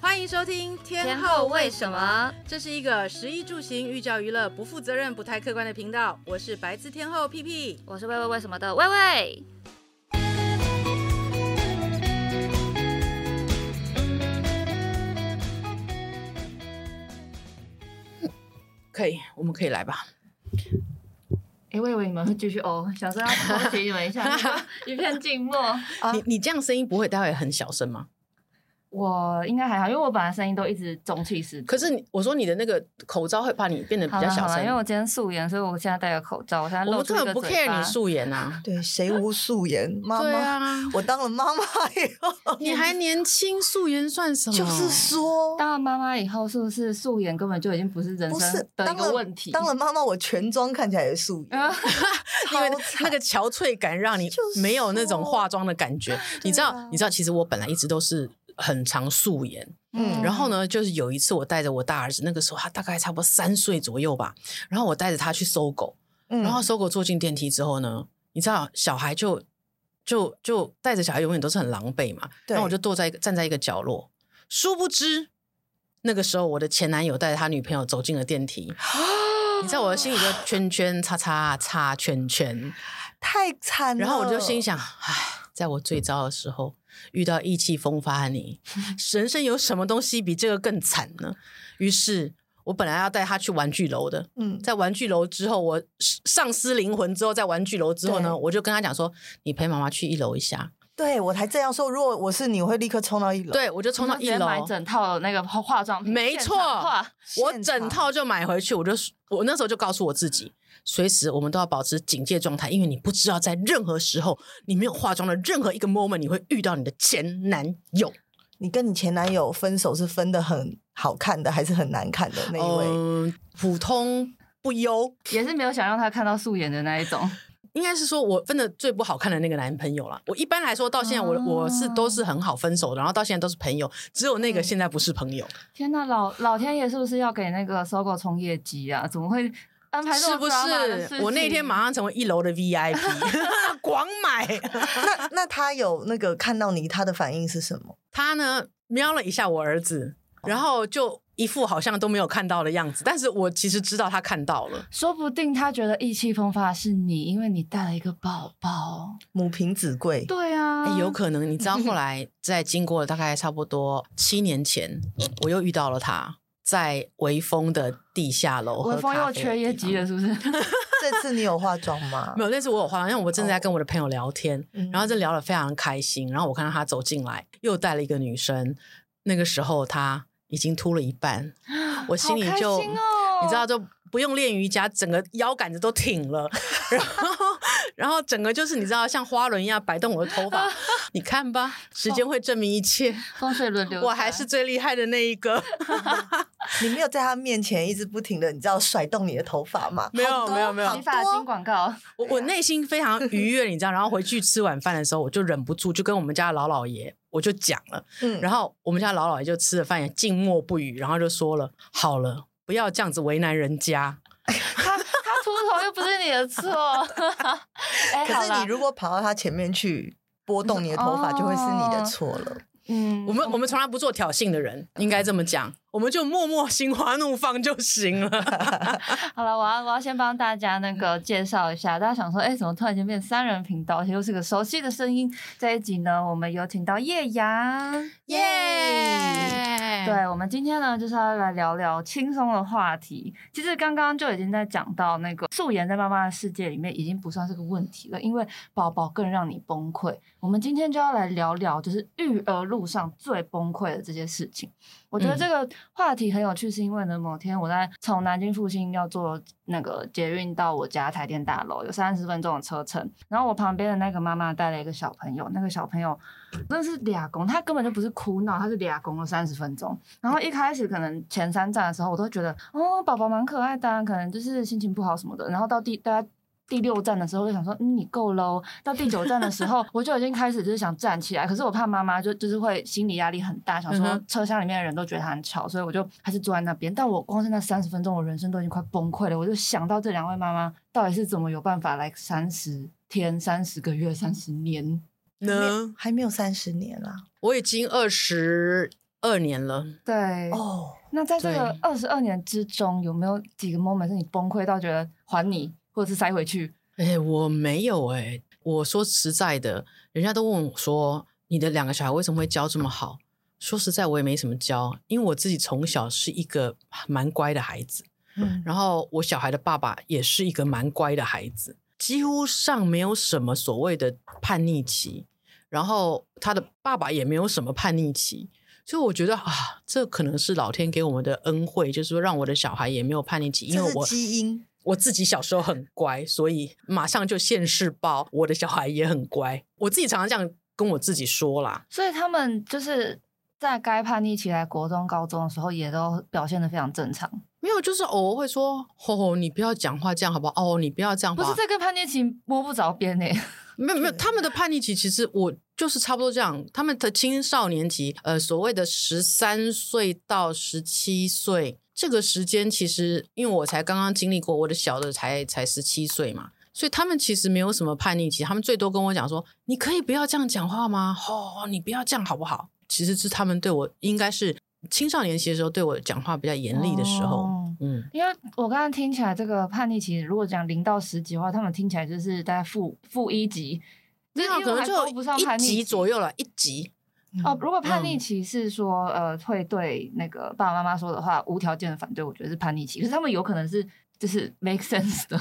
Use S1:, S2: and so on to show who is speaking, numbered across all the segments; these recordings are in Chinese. S1: 欢迎收听《天后为什么》，这是一个食衣住行、寓教于乐、不负责任、不太客观的频道。我是白字天后屁屁。
S2: 我是喂喂为什么的喂喂。
S1: 可以，我们可以来吧。
S2: 哎、我以为你们会继续哦，想说要恭喜你们一下， 一片静默。
S1: 你你这样声音不会待会很小声吗？
S2: 我应该还好，因为我本来声音都一直中气十足。
S3: 可是你我说你的那个口罩会怕你变得比
S2: 好
S3: 较
S2: 了
S3: 小
S2: 好了，因为
S3: 声，
S2: 我今天素颜，所以我现在戴个口罩，我现在
S3: 我
S2: 露
S3: 们
S2: 出
S3: 根
S2: 一
S3: 本不
S2: 个嘴
S3: care
S2: 巴
S3: 你。素颜啊。
S4: 对，谁无素颜？妈妈，
S3: 对啊，
S4: 我当了妈妈以后，
S1: 哦
S3: 你还年轻，素颜算什么？
S4: 就是说，
S2: 当了妈妈以后，是不是素颜根本就已经不是人
S4: 不
S2: 生
S4: 是
S2: 的一
S4: 当
S2: 个
S4: 了
S2: 问题？
S4: 当了妈妈，我全妆看起来 也素颜，
S2: 啊，
S3: 因为
S4: 超惨
S3: 那个憔悴感让你
S4: 就是
S3: 没有那种
S4: 说
S3: 化妆的感觉。你知
S4: 对
S3: 道
S4: 啊，
S3: 你知道，其实我本来一直都是很常素颜，
S4: 嗯
S3: 然后呢，就是有一次我带着我大儿子，那个时候他大概差不多三岁左右吧，然后我带着他去搜狗，
S4: 嗯
S3: 然后搜狗坐进电梯之后呢，你知道小孩就就就带着小孩永远都是很狼狈嘛，
S4: 对
S3: 然后我就坐在一个站在一个角落，殊不知那个时候我的前男友带着他女朋友走进了电梯，
S4: 啊
S3: 你知道我的心里就圈圈叉叉叉圈圈，
S4: 太惨了。
S3: 然后我就心想，唉，在我最糟的时候遇到意气风发的 你，人生有什么东西比这个更惨呢？于是。我本来要带他去玩具楼的，
S4: 嗯，
S3: 在玩具楼之后，我丧失灵魂之后，在玩具楼之后呢，
S4: 对
S3: 我就跟他讲说：“你陪妈妈去一楼一下。
S4: 对我还这样说，如果我是你，我会立刻冲到一楼。，
S3: 对，我就冲到
S2: 直
S3: 一
S2: 接
S3: 楼，
S2: 买整套那个化妆品，
S3: 没
S2: 现
S3: 错
S2: 场化
S3: 我整套就买回去。我就我那时候就告诉我自己，随时我们都要保持警戒状态，因为你不知道在任何时候，你没有化妆的任何一个 moment，你会遇到你的前男友。
S4: 你跟你前男友分手是分的很好看的，还是很难看的那一位？
S3: 嗯，普通不优，
S2: 也是没有想让他看到素颜的那一种。
S3: 应该是说我分的最不好看的那个男朋友啦。我一般来说到现在我，我、是都是很好分手的，然后到现在都是朋友，只有那个现在不是朋友，
S2: 天呐，老老天爷是不是要给那个搜狗冲业绩啊？怎么会安排这
S3: 是
S2: 种
S3: 不
S2: drama 的事
S3: 是？我那天
S2: 情
S3: 马上成为一楼的 VIP，广买。
S4: 那那他有那个看到你，他的反应是什么？
S3: 他呢瞄了一下我儿子，然后就一副好像都没有看到的样子，但是我其实知道他看到了。
S2: 说不定他觉得意气风发的是你，因为你带了一个宝宝。
S4: 母凭子贵，
S2: 对啊，
S3: 哎有可能你知道，后 来在经过大概差不多七年前，我又遇到了他，在微风的地下楼，
S2: 微风又缺业绩
S3: 级
S2: 了，。是不是？
S4: 这次你有化妆吗？
S3: 没有，那次我有化妆，因为我
S2: 哦
S3: 正在跟我的朋友聊天，
S4: 嗯
S3: 然后就聊得非常开心。然后我看到他走进来，又带了一个女生，那个时候他已经秃了一半，我心里
S2: 啊好开
S3: 就、
S2: 心哦
S3: 你知道，就不用练瑜伽，整个腰杆子都挺了，然后然后整个就是你知道像花轮一样摆动我的头发。你看吧，时间会证明一切，
S2: 风水轮流转，
S3: 我还是最厉害的那一个。
S4: 你没有在他面前一直不停的，你知道甩动你的头发吗？
S3: 没有没有没有
S2: 洗，发精广告。
S3: 我我内心非常愉悦，你知道。然后回去吃晚饭的时候，我就忍不住就跟我们家的老老爷我就讲了，
S4: 嗯
S3: 然后我们家老老爷就吃了饭也静默不语，然后就说了：“好了，不要这样子为难人家。
S2: 他他秃头又不是你的 错。哎，
S4: 可
S2: 好
S4: 是
S2: 啦
S4: 你如果跑到他前面去拨动你的头发，
S2: 哦
S4: 就会是你的错了。
S2: 嗯，
S3: 我们我们从来不做挑衅的人，应该这么讲，哦嗯我们就默默心花怒放就行了。
S2: 好了，我要我要先帮大家那个介绍一下，大家想说，哎、怎么突然间变三人频道，而且又是个熟悉的声音？这一集呢，我们有请到叶阳，
S3: 耶！嗯
S2: 对，我们今天呢就是要来聊聊轻松的话题。其实刚刚就已经在讲到那个素颜在妈妈的世界里面已经不算是个问题了，因为宝宝更让你崩溃。我们今天就要来聊聊，就是育儿路上最崩溃的这些事情。我觉得
S3: 嗯
S2: 这个话题很有趣，是因为呢，某天我在从南京复兴要坐那个捷运到我家台电大楼，有三十分钟的车程。然后我旁边的那个妈妈带了一个小朋友，那个小朋友真的是俩公，他根本就不是哭闹，他是俩公了三十分钟。然后一开始可能前三站的时候，我都觉得哦，宝宝蛮可爱的啊、可能就是心情不好什么的。然后到第大家。第六站的时候，我就想说，嗯，你够喽。到第九站的时候，我就已经开始就是想站起来，可是我怕妈妈就就是会心理压力很大，想
S3: 嗯
S2: 说
S3: 哼
S2: 车厢里面的人都觉得她很吵，所以我就还是坐在那边。但我光是那三十分钟，我人生都已经快崩溃了。我就想到这两位妈妈到底是怎么有办法来三十天、三十个月、三十年
S3: 呢，
S4: 还没有三十年啦，
S3: 我已经二十二年了，
S2: 对，
S4: 哦，
S2: 那在这个
S3: 对
S2: 二十二年之中，有没有几个 moment 是你崩溃到觉得还你，或者是塞回去？
S3: 哎、我没有哎、我说实在的，人家都问我说，你的两个小孩为什么会教这么好？说实在，我也没什么教，因为我自己从小是一个蛮乖的孩子，
S4: 嗯
S3: 然后我小孩的爸爸也是一个蛮乖的孩子，几乎上没有什么所谓的叛逆期，然后他的爸爸也没有什么叛逆期，所以我觉得啊，这可能是老天给我们的恩惠，就是说让我的小孩也没有叛逆期，因
S4: 这
S3: 为
S4: 是
S3: 我
S4: 基因，
S3: 我自己小时候很乖，所以马上就现世报，我的小孩也很乖。我自己常常这样跟我自己说啦，
S2: 所以他们就是在该叛逆期来国中、高中的时候，也都表现的非常正常。
S3: 没有，就是偶尔会说：“吼、吼，你不要讲话这样好不好？哦，你不要这样
S2: 不
S3: 吧。
S2: 是这个叛逆期摸不着边呢、
S3: 没有没有，他们的叛逆期其实我就是差不多这样，他们的青少年期，呃，所谓的十三岁到十七岁这个时间，其实因为我才刚刚经历过，我的小的才才十七岁嘛。所以他们其实没有什么叛逆期，他们最多跟我讲说：“你可以不要这样讲话吗？哦，你不要这样好不好？”其实是他们对我应该是青少年期的时候对我讲话比较严厉的时候，
S2: 哦
S3: 嗯，
S2: 因为我刚刚听起来，这个叛逆期如果讲零到十级的话，他们听起来就是大概负负一级，就
S3: 那
S2: 是因为
S3: 啊可
S2: 我
S3: 能
S2: 还
S3: 就
S2: 够不上
S3: 一
S2: 叛逆
S3: 级
S2: 期
S3: 左右了，一级
S2: 哦。如果叛逆
S3: 嗯
S2: 期是说、呃会对那个爸爸妈妈说的话无条件的反对，我觉得是叛逆期。可是他们有可能是就是 make sense 的，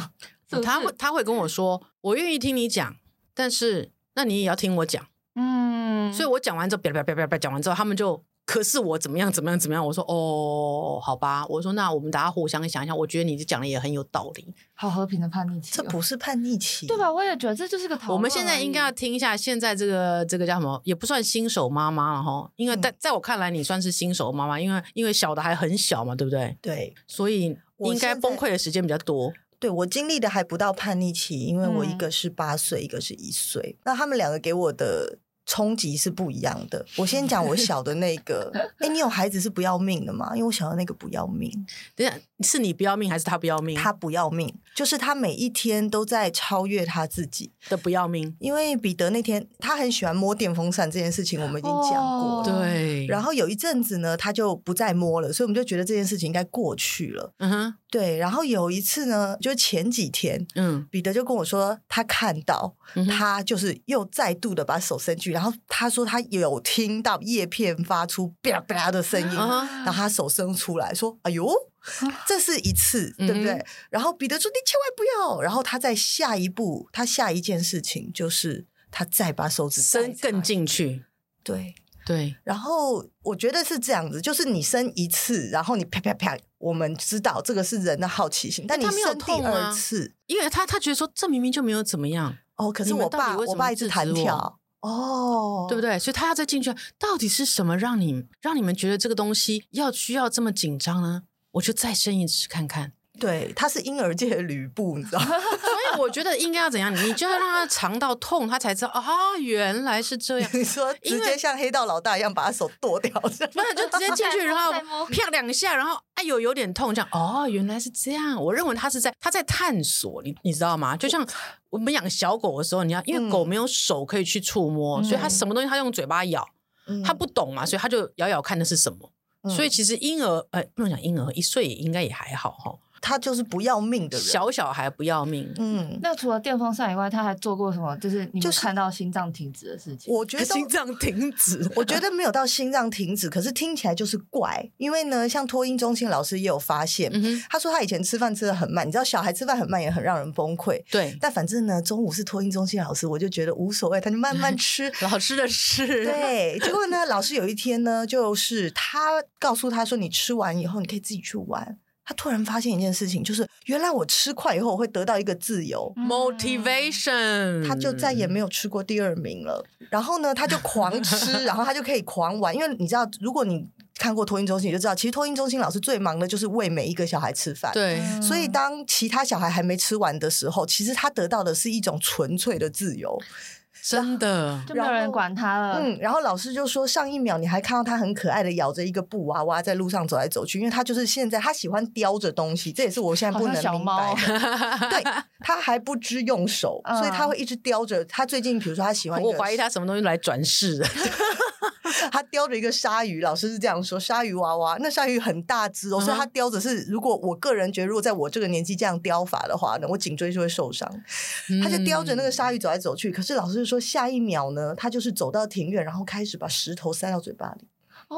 S2: 是不是
S3: 哦他会他会跟
S4: 嗯
S3: 我说，我愿意听你讲，但是那你也要听我讲。
S2: 嗯，
S3: 所以我讲完之后，啪啪啪啪啪讲完之后，他们就可是我怎么样怎么样怎么样。我说哦，好吧，我说那我们大家互相想一想，我觉得你讲的也很有道理。
S2: 好和平的叛逆期
S4: 这
S2: 哦、
S4: 不是叛逆期，
S2: 对吧？？我也觉得这就是个讨论。嗯
S3: 我们
S4: 啊
S3: 现在应该
S4: 哎
S3: 要。听一下现在这个这个叫什么，也不算新手妈妈了哈，因为
S4: 嗯
S3: 在、在我看来你算是新手妈妈，因为因为小的还很小嘛，对不对？
S4: 对，
S3: 所以
S4: 我
S3: 应该
S4: 现在
S3: 崩溃的时间比较多。
S4: 对我经历的还不到叛逆期，因为我一
S2: 嗯
S4: 个是八岁，一个是一岁，那他们两个给我的冲击是不一样的。我先讲我小的那个，哎、你有孩子是不要命的吗？因为我小的那个不要命，
S3: 等一下是你不要命还是他不要命？
S4: 他不要命，就是他每一天都在超越他自己。
S3: 的不要命。
S4: 因为彼得那天他很喜欢摸电风扇这件事情，我们已经讲过了。
S2: 哦
S3: 对，
S4: 然
S3: 后
S4: 后有一阵子呢，他就不再摸了，所以我们就觉得这件事情应该过去了。
S3: 嗯哼
S4: 对，然后有一次呢，就前几天，
S3: 嗯
S4: 彼得就跟我说，他看到
S3: 嗯哼
S4: 他就是又再度的把手伸去，然后他说他有听到叶片发出“啪啦啪啦”的声音，
S3: 嗯哼
S2: 啊
S4: 然后他手伸出来说：“哎呦，这是一次，
S3: 啊嗯哼
S4: 对不对？”然后彼得说：“你千万不要。”然后他在下一步，他下一件事情就是他再把手指
S3: 伸
S4: 伸
S3: 更，进去，
S4: 对。
S3: 对，
S4: 然后我觉得是这样子，就是你伸一次，然后你啪啪啪，我们知道这个是人的好奇心，但你
S3: 他没有
S4: 伸第
S3: 痛吗
S4: 二次，
S3: 因为他他觉得说这明明就没有怎么样，
S4: 哦，可是
S3: 你们
S4: 我
S3: 到底
S4: 爸，
S3: 为什
S4: 我
S3: 么
S4: 爸一
S3: 制
S4: 直弹
S3: 止我
S4: 跳，哦，
S3: 对不
S4: 对？
S3: 对？所以他要再进去，到底是什么让你让你们觉得这个东西要需要这么紧张呢？我就再伸一次看看。
S4: 对，他是婴儿界的吕布，你知道 吗？
S3: 所以我觉得应该要怎样，你就要让他尝到痛，他才知道啊，原来是这样。
S4: 你说直
S3: 啊因为
S4: 接像黑道老大一样把他手剁掉，这样
S3: 不然就直接进去，
S2: 再摸
S3: 然后
S2: 再摸
S3: 啪两下，然后哎呦有点痛，这样哦，原来是这样。我认为他是在他在探索，你你知道吗？就像我们养小狗的时候，你要因为
S4: 嗯
S3: 狗没有手可以去触摸，
S2: 嗯
S3: 所以它什么东西它用嘴巴咬，
S4: 嗯
S3: 它不懂嘛，所以它就咬咬看那是什么。所以
S4: 嗯
S3: 其实婴儿，哎、不能讲婴儿，一岁也应该也还好哈。
S4: 他就是不要命的人。
S3: 小小孩不要命，
S4: 嗯，
S2: 那除了电风扇以外，他还做过什么？就是你
S4: 就
S2: 们
S4: 是
S2: 看到心脏停止的事情。
S4: 我觉得都
S3: 心脏停止。
S4: 我觉得没有到心脏停止，可是听起来就是怪，因为呢，像托婴中心老师也有发现，
S3: 嗯哼，
S4: 他说他以前吃饭吃的很慢，你知道小孩吃饭很慢也很让人崩溃。
S3: 对，
S4: 但反正呢，中午是托婴中心老师，我就觉得无所谓，他就慢慢吃，
S3: 老师的事，
S4: 对，结果呢，老师有一天呢，就是他告诉他说，你吃完以后你可以自己去玩。他突然发现一件事情，就是原来我吃快以后我会得到一个自由。
S2: 嗯
S3: motivation，
S4: 他就再也没有吃过第二名了，然后呢，他就狂吃，然后他就可以狂玩，因为你知道，如果你看过托婴中心，你就知道，其实托婴中心老师最忙的就是喂每一个小孩吃饭。，
S3: 对。
S2: 嗯
S4: 所以当其他小孩还没吃完的时候，其实他得到的是一种纯粹的自由。
S3: 真的，
S2: 就没有
S4: 然
S2: 人
S4: 后
S2: 管他了。
S4: 嗯，然后老师就说，上一秒你还看到他很可爱的咬着一个布娃娃在路上走来走去，因为他就是现在他喜欢叼着东西，这也是我现在不
S2: 好像
S4: 能
S2: 小
S4: 明
S2: 猫
S4: 白的。 对，他还不知用手，所以他
S2: 嗯
S4: 会一直叼着。他最近比如说他喜欢一个，
S3: 我怀疑他什么东西来转世的，
S4: 他叼着一个鲨鱼，老师是这样说，鲨鱼娃娃，那鲨鱼很大只哦，所以他叼着是，如果我个人觉得，如果在我这个年纪这样叼法的话呢，我颈椎就会受伤。他就叼着那
S3: 嗯
S4: 个鲨鱼走来走去，可是老师就说，下一秒呢，他就是走到庭院，然后开始把石头塞到嘴巴里。
S2: 哦，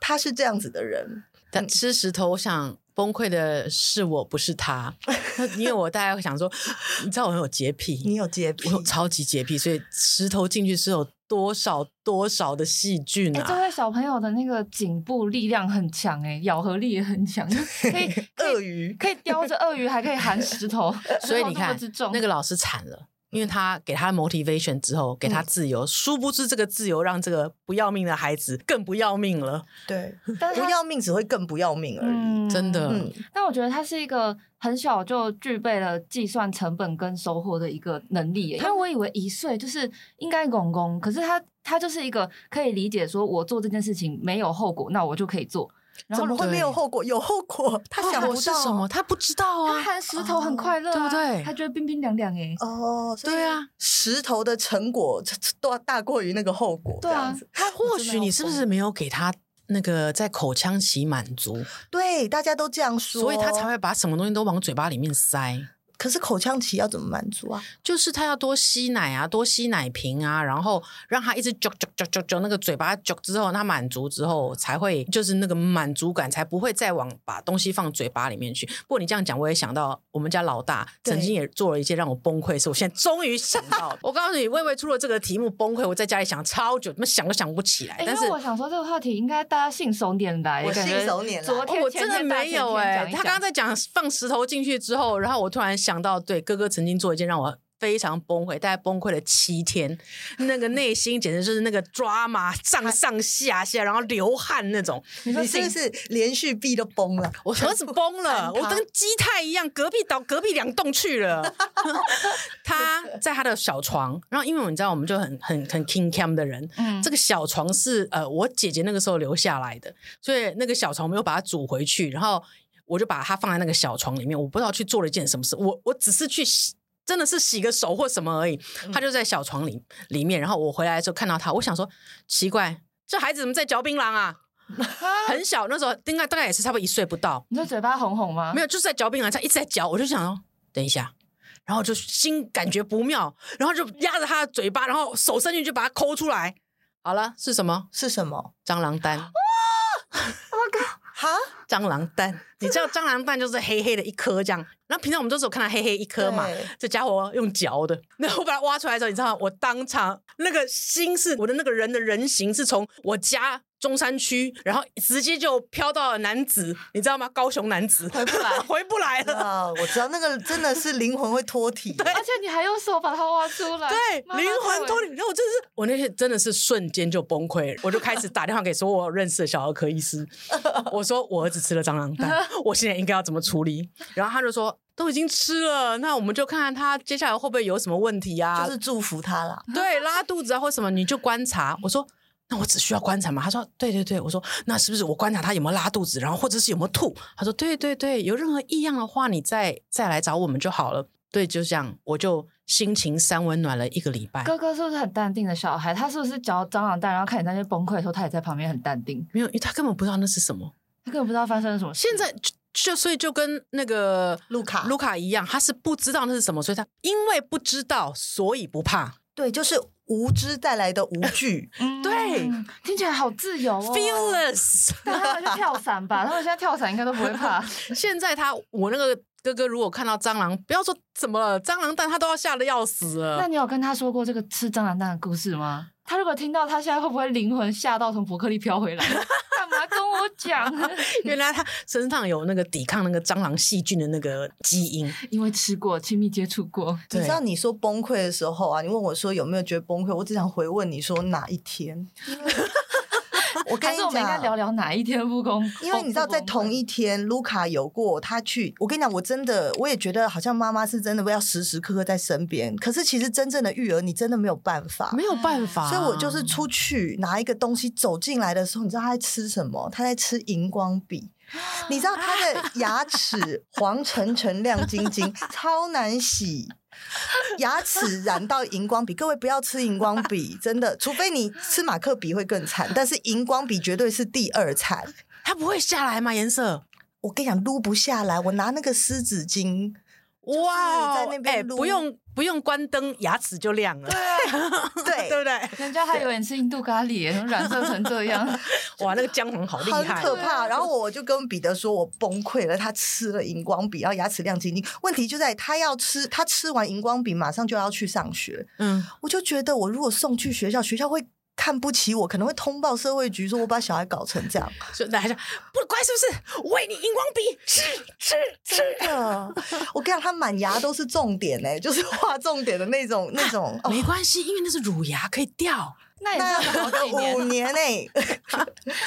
S4: 他是这样子的人，
S3: 但吃石头，我想崩溃的是我，不是 他，因为我大概会想说，你知道我很有洁
S4: 你
S3: 癖，
S4: 有洁癖
S3: 我，有超级洁癖，所以石头进去是有多少多少的细菌
S2: 哎、
S3: 啊。，
S2: 这位小朋友的那个颈部力量很强，哎，咬合力也很强，就是可以
S4: 鳄鱼
S2: 可以叼着鳄鱼，还可以含石头
S3: 所以你看
S2: 石头那么之重，
S3: 那个老师惨了。因为他给他 motivation 之后，
S4: 嗯
S3: 给他自由，殊不知这个自由让这个不要命的孩子更不要命了，
S4: 对，
S2: 但是
S4: 不
S2: 他
S4: 要命只会更不要命而已。
S2: 嗯
S3: 真的。
S4: 嗯，
S2: 但我觉得他是一个很小就具备了计算成本跟收获的一个能力耶，因为我以为一岁就是应该拱拱，可是他他就是一个可以理解说我做这件事情没有后果，那我就可以做。然
S4: 怎
S2: 后
S4: 么
S2: 如果
S4: 会没有
S3: 对
S4: 后果？有后果，他想
S3: 后
S4: 不
S3: 果
S4: 到
S3: 哦是什么，他不知道
S2: 他
S3: 啊。
S2: 含石头很快乐、啊
S3: 哦对不对
S2: 他觉得冰冰凉凉哎。
S4: 哦，所以
S3: 对啊，
S4: 石头的成果都大过于那个后果，
S2: 对啊
S4: 这样子。
S3: 他或许你是不是没有给他那个在口腔期满足，
S4: 对，大家都这样说，
S3: 所以他才。会把什么东西都往嘴巴里面塞。
S4: 可是口腔期要怎么满足啊？
S3: 就是他要多吸奶啊，多吸奶瓶啊，然后让他一直嚼嚼嚼嚼嚼，那个嘴巴嚼之后，他满足之后才会就是那个满足感，才不会再往把东西放嘴巴里面去。不过你这样讲，我也想到我们家老大
S4: 对
S3: 曾经也做了一件让我崩溃的事，我现在终于想到 了。我告诉你，魏魏出了这个题目崩溃，我在家里想超久，怎么想都想不起来。
S2: 哎，因
S3: 但是
S2: 为我想说这个话题应该大家信手拈来，
S4: 我
S2: 感
S4: 信
S2: 觉
S4: 手拈来
S2: 昨天、
S3: 哦我
S2: 前
S3: 真的
S2: 天大
S3: 没
S2: 前
S3: 有
S2: 天
S3: 哎、
S2: 讲一
S3: 他刚
S2: 讲
S3: 刚在讲放石头进去之后，然后我突然想到，对哥哥曾经做一件让我非常崩溃，大概崩溃了七天，那个内心简直就是那个抓马上上下下，然后流汗那种，
S2: 你说
S4: 你是不
S2: 信
S4: 是连续壁都崩了？
S3: 我儿子崩了，我跟基泰一样，隔壁倒隔壁两栋去了。 他在他的小床，然后因为我们知道我们就很很很 king cam 的人，
S2: 嗯
S3: 这个小床是呃我姐姐那个时候留下来的，所以那个小床没有把它煮回去，然后我就把它放在那个小床里面，我不知道去做了一件什么事，我我只是去洗。真的是洗个手或什么而已，他就在小床里里面。然后我回来的时候看到他，我想说奇怪，这孩子怎么在嚼槟榔啊？很小，那时候应该大概也是差不多一岁不到，
S2: 你说嘴巴红红吗？
S3: 没有，就是在嚼槟榔，他一直在嚼，我就想说，等一下，然后就心感觉不妙，然后就压着他的嘴巴，然后手伸进去把它抠出来。好了，是什么？
S4: 是什么？
S3: 蟑螂蛋，
S4: 哈？
S3: 蟑螂蛋，你知道蟑螂蛋就是黑黑的一颗这样，然后平常我们都是有看到黑黑一颗嘛
S4: 对，
S3: 这家伙用嚼的，然后我把它挖出来的时候，你知道吗我当场那个心是我的那个人的人形是从我家。中山区，然后直接就飘到了南子，你知道吗？高雄南子回不来， 嗯回不来了。
S4: 啊，我知道那个真的是灵魂会 脱体。对
S2: 而且你还用手把它挖出来，
S3: 对，
S2: 妈妈
S3: 灵
S2: 在
S3: 魂脱离。然后我真的是，我那天真的是瞬间就崩溃了，我就开始打电话给所有我认识的小儿科医 师，我说我儿子吃了蟑螂蛋，我现在应该要怎么处理？然后他就说。都已经吃了，那我们就看看他接下来会不会有什么问题啊？
S4: 就是祝福他啦。
S3: 对，拉肚子啊或什么，你就观察。我说。那我只需要观察嘛？他说对对对，我说那是不是我观察他有没有拉肚子，然后或者是有没有吐？他说对对对，有任何异样的话，你再再来找我们就好了。对，就这样，我就心情三温暖了一个礼拜。
S2: 哥哥是不是很淡定的小孩？他是不是嚼蟑螂蛋，然后看你在那边崩溃的时候，他也在旁边很淡定？
S3: 没有，因为他根本不知道那是什么。
S2: 他根本不知道发生了什么事。
S3: 现在就就所以就跟那个
S4: 卢卡
S3: 卢卡一样，他是不知道那是什么，所以他因为不知道，所以不怕。
S4: 对，就是无知带来的无 惧。
S2: 嗯
S3: 对，
S2: 听起来好自由哦。
S3: Fearless，
S2: 但他们去跳伞吧，他们现在跳伞应该都不会 怕。
S3: 现在他我那个哥哥如果看到蟑螂，不要说怎么了，蟑螂蛋他都要吓得要死
S2: 那
S3: 了。
S2: 你有跟他说过这个吃蟑螂蛋的故事吗？他如果听到，他现在会不会灵魂吓到从伯克利飘回来？ 干嘛跟我讲？
S3: 原来他身上有那个抵抗那个蟑螂细菌的那个基因。
S2: 因为吃过，亲密接触过。
S4: 你
S3: 对
S4: 知道你说崩溃的时候啊，你问我说有没有觉得崩溃，我只想回问你说哪一天。我 跟
S2: 还
S4: 你
S2: 是我们应该
S4: 讲，
S2: 聊聊哪一天不公？
S4: 因为你知道，在同
S3: 哦
S4: 一天，卢卡有过他去。我跟你讲，我真的我也觉得好像妈妈是真的要时时刻刻在身边。可是其实真正的育儿，你真的没有办法。
S3: 没有办法，啊
S4: 所以我就是出去拿一个东西走进来的时候，你知道他在吃什么？他在吃荧光 笔。 你知道他的牙齿黄澄澄、亮晶晶，超难洗。牙齿染到荧光笔，各位不要吃荧光笔，真的，除非你吃马克笔会更惨，但是荧光笔绝对是第二惨。
S3: 它不会下来吗？颜色？
S4: 我跟你讲，撸不下来，我拿那个湿纸巾，
S3: 哇，
S4: 在那边
S3: 哎
S4: 撸
S3: 不用不用关灯，牙齿就亮了，
S4: 对，
S3: 啊对不对？
S2: 人家还以为你是印度咖喱耶，怎么染色成这样？
S3: 哇，那个姜黄好厉
S4: 很
S3: 害，哦
S4: 可怕。然后我就跟彼得说，我崩溃了，他吃了荧光笔，然后牙齿亮晶晶。问题就在他要吃，他吃完荧光笔马上就要去上学，
S3: 嗯，
S4: 我就觉得我如果送去学校，学校会。看不起我，可能会通报社会局，说我把小孩搞成这样。
S3: 所以大家不乖是不是？喂你荧光笔，吃吃吃，
S4: 真的，我跟你讲，他满牙都是重点哎、就是画重点的那种那种。哦
S3: 没关系，因为那是乳牙可以掉。
S2: 那也
S4: 那
S2: 是好几
S4: 五
S2: 年，啊
S4: 年哎、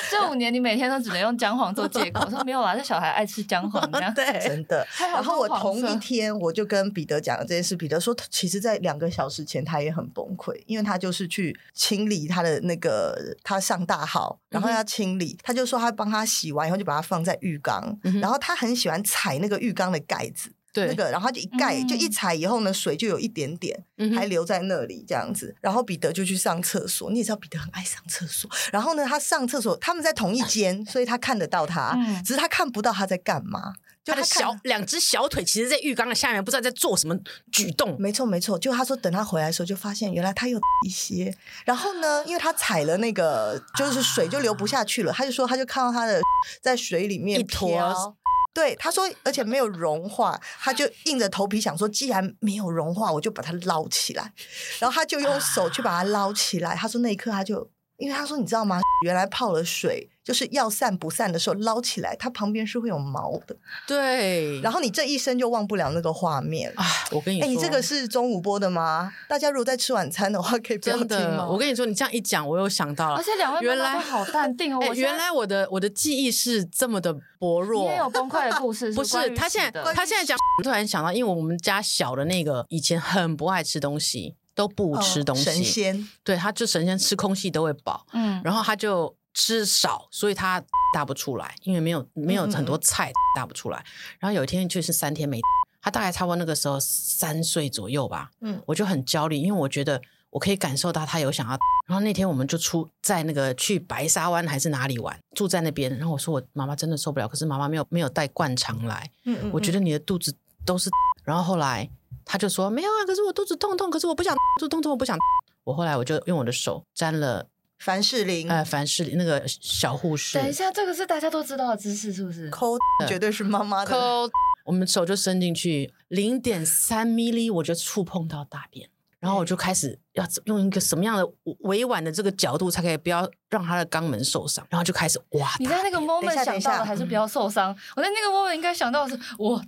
S2: 这五年你每天都只能用姜黄做借口，说没有啦，这小孩爱吃姜黄这 样。
S3: 对，
S4: 真的。
S2: 还好
S4: 然后我
S2: 是黄
S4: 同
S2: 色
S4: 一天我就跟彼得讲了这件事，彼得说，其实，在两个小时前他也很崩溃，因为他就是去清理他的那个他上大号，然后
S2: 嗯
S4: 要清理，他就说他帮他洗完以后就把它放在浴缸，
S3: 嗯哼
S4: 然后他很喜欢踩那个浴缸的盖子，那
S3: 对，
S4: 个然后他就一盖、就一
S2: 嗯
S4: 踩以后呢，水就有一点点，
S3: 嗯
S4: 还
S3: 哼
S4: 留在那里这样子。然后彼得就去上厕所，你也知道彼得很爱上厕所。然后呢，他上厕所，他们在同一间，所以他看得到他，
S2: 嗯
S4: 只是他看不到他在干嘛。就
S3: 他的
S4: 看
S3: 小两只小腿，其实在浴缸的下面，不知道在做什么举动。
S4: 没错没错，就他说等他回来的时候，就发现原来他有 一些。然后呢，因为他踩了那个，就是水就流不下去了，他就说他就看到他的 在水里面
S3: 一坨
S4: 飘。对，他说，而且没有融化，他就硬着头皮想说，既然没有融化，我就把它捞起来。然后他就用手去把它捞起来。他说那一刻他就，因为他说你知道吗？ 原来泡了水，就是要散不散的时候捞起来，它旁边是会有毛的。
S3: 对，
S4: 然
S3: 后
S4: 后你这一生就忘不了那个画面。
S3: 啊，我跟你
S4: 哎、
S3: 说，
S4: 你这个是中午播的吗？大家如果在吃晚餐的话，可以不要
S3: 真
S4: 听
S3: 的。
S4: 吗？啊
S3: 我跟你说，你这样一讲，我又想到了
S2: 而。且两位
S3: 原
S2: 妈妈
S3: 来
S2: 都好淡定哦，
S3: 啊哎
S2: 我现在
S3: 原来我的我的记忆是这么的薄
S2: 你
S3: 弱。
S2: 也有崩溃的故 事，
S3: 不是
S2: 关于
S3: 他现
S2: 你
S3: 在
S2: 的
S3: 他现在讲，我突然想到，因为我们家小的那个以前很不爱吃东西，都不吃东西，
S4: 嗯神仙
S3: 对，他就神仙吃空气都会饱，
S2: 嗯，
S3: 然后他就吃少，所以他大不出来，因为没有没有
S4: 嗯
S3: 很多菜大不出来。然后有一天就是三天没，他大概差不多那个时候三岁左右吧，
S4: 嗯
S3: 我就很焦虑，因为我觉得我可以感受到他有想要。然后那天我们就出在那个去白沙湾还是哪里玩，住在那边。然后我说我妈妈真的受不了，可是妈妈没有没有带灌肠来，
S4: 嗯嗯
S3: 我觉
S4: 得
S3: 得你的肚子都是。然后后来他就说没有啊，可是我肚子痛痛，可是我不想肚子痛痛，我不想。我后来我就用我的手沾了
S4: 凡士林、
S3: 呃凡士林那个小护士，
S2: 等一下，这个是大家都知道的知识，是不是？
S4: 抠绝对是妈妈的。
S3: 抠，啊我们手就伸进去零点三 m m 我就触碰到大便，然后我就开始要用一个什么样的委婉的这个角度，才可以不要让他的肛门受伤，然后就开始哇，
S2: 你在那个 moment
S4: 等
S2: 想
S4: 一下
S2: 到的还是不要受伤，我在那个 moment 应该想到的是我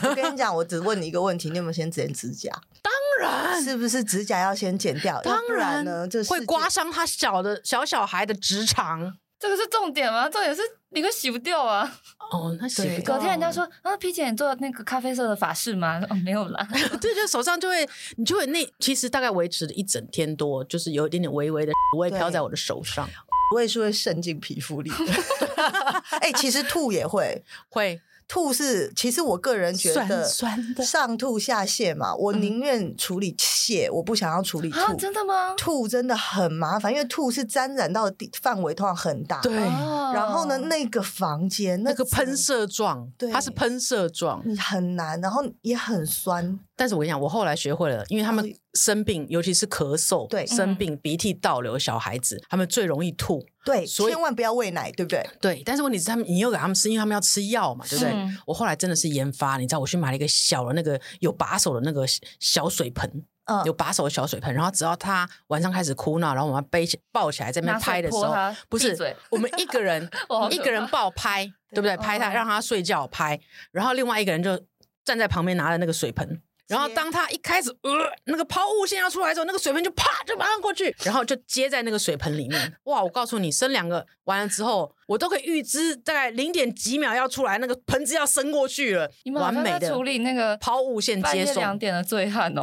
S4: 我跟你讲，我只问你一个问题：你有没有先剪指甲？
S3: 当然
S4: 是不是指甲要先剪掉？要
S3: 嗯当
S4: 不然呢，这个
S3: 会
S4: 世界
S3: 刮伤他小的小小孩的直肠。
S2: 这个是重点吗？重点是你会洗不掉啊！
S3: 哦，那洗
S4: 对
S3: 不
S2: 隔
S3: 掉，
S2: 天人家说啊，皮姐你做那个咖啡色的法式吗？哦，没有啦，
S3: 对，就手上就会，你就会那其实大概维持了一整天多，就是有一点点微微的 味
S4: 对
S3: 飘在我的手上，
S4: 我也是会渗进皮肤里的。 哎、其实吐也会，
S3: 会
S4: 吐是其实我个人觉
S3: 酸
S4: 得
S3: 酸的。嗯
S4: 上吐下泻嘛，我宁愿处理泻，我不想要处理吐。
S2: 啊，真的吗？
S4: 吐真的很麻烦，因为吐是沾染到的地范围通常很大。
S3: 对
S2: 哦
S4: 然后呢，那个房间
S3: 那个
S4: 整
S3: 喷射状，
S4: 对嗯
S3: 它是喷射状，
S4: 你很难，然后也很酸。
S3: 但是我跟你讲，我后来学会了，因为他们
S4: 哦
S3: 生病，尤其是咳嗽，
S2: 嗯
S4: 对
S3: 生病鼻涕倒流，小孩子他们最容易吐，
S4: 对，
S3: 所以
S4: 千万不要喂奶，对不对？
S3: 对。但是问题是，他们你又给他们吃，因为他们要吃药嘛，对不对？
S2: 嗯
S3: 我后来真的是研发，你知道，我去买了一个小的那个有把手的那个小水盆，
S4: 嗯，
S3: 有把手的小水盆，然后只要他晚上开始哭闹，然后我们背起抱起来在那边
S2: 拿水
S3: 拍的时
S2: 泼
S3: 候
S2: 他，
S3: 不
S2: 闭
S3: 是
S2: 嘴
S3: 我们一个人
S2: 我好可
S3: 一个人
S2: 怕
S3: 抱拍，对不对？拍他
S4: 哦
S3: 让他睡觉拍，然后另外一个人就站在旁边拿了那个水盆。然后当他一开始呃那个抛物线要出来的时候，那个水盆就啪就马上过去，然后就接在那个水盆里面。哇！我告诉你，生两个完了之后，我都可以预知大概零点几秒要出来，那个盆子要升过去了
S2: 你，们好
S3: 完
S2: 像
S3: 美
S2: 在
S3: 的
S2: 处理那个
S3: 抛物线
S2: 半
S3: 接
S2: 夜
S3: 送。
S2: 两点的醉汉哦，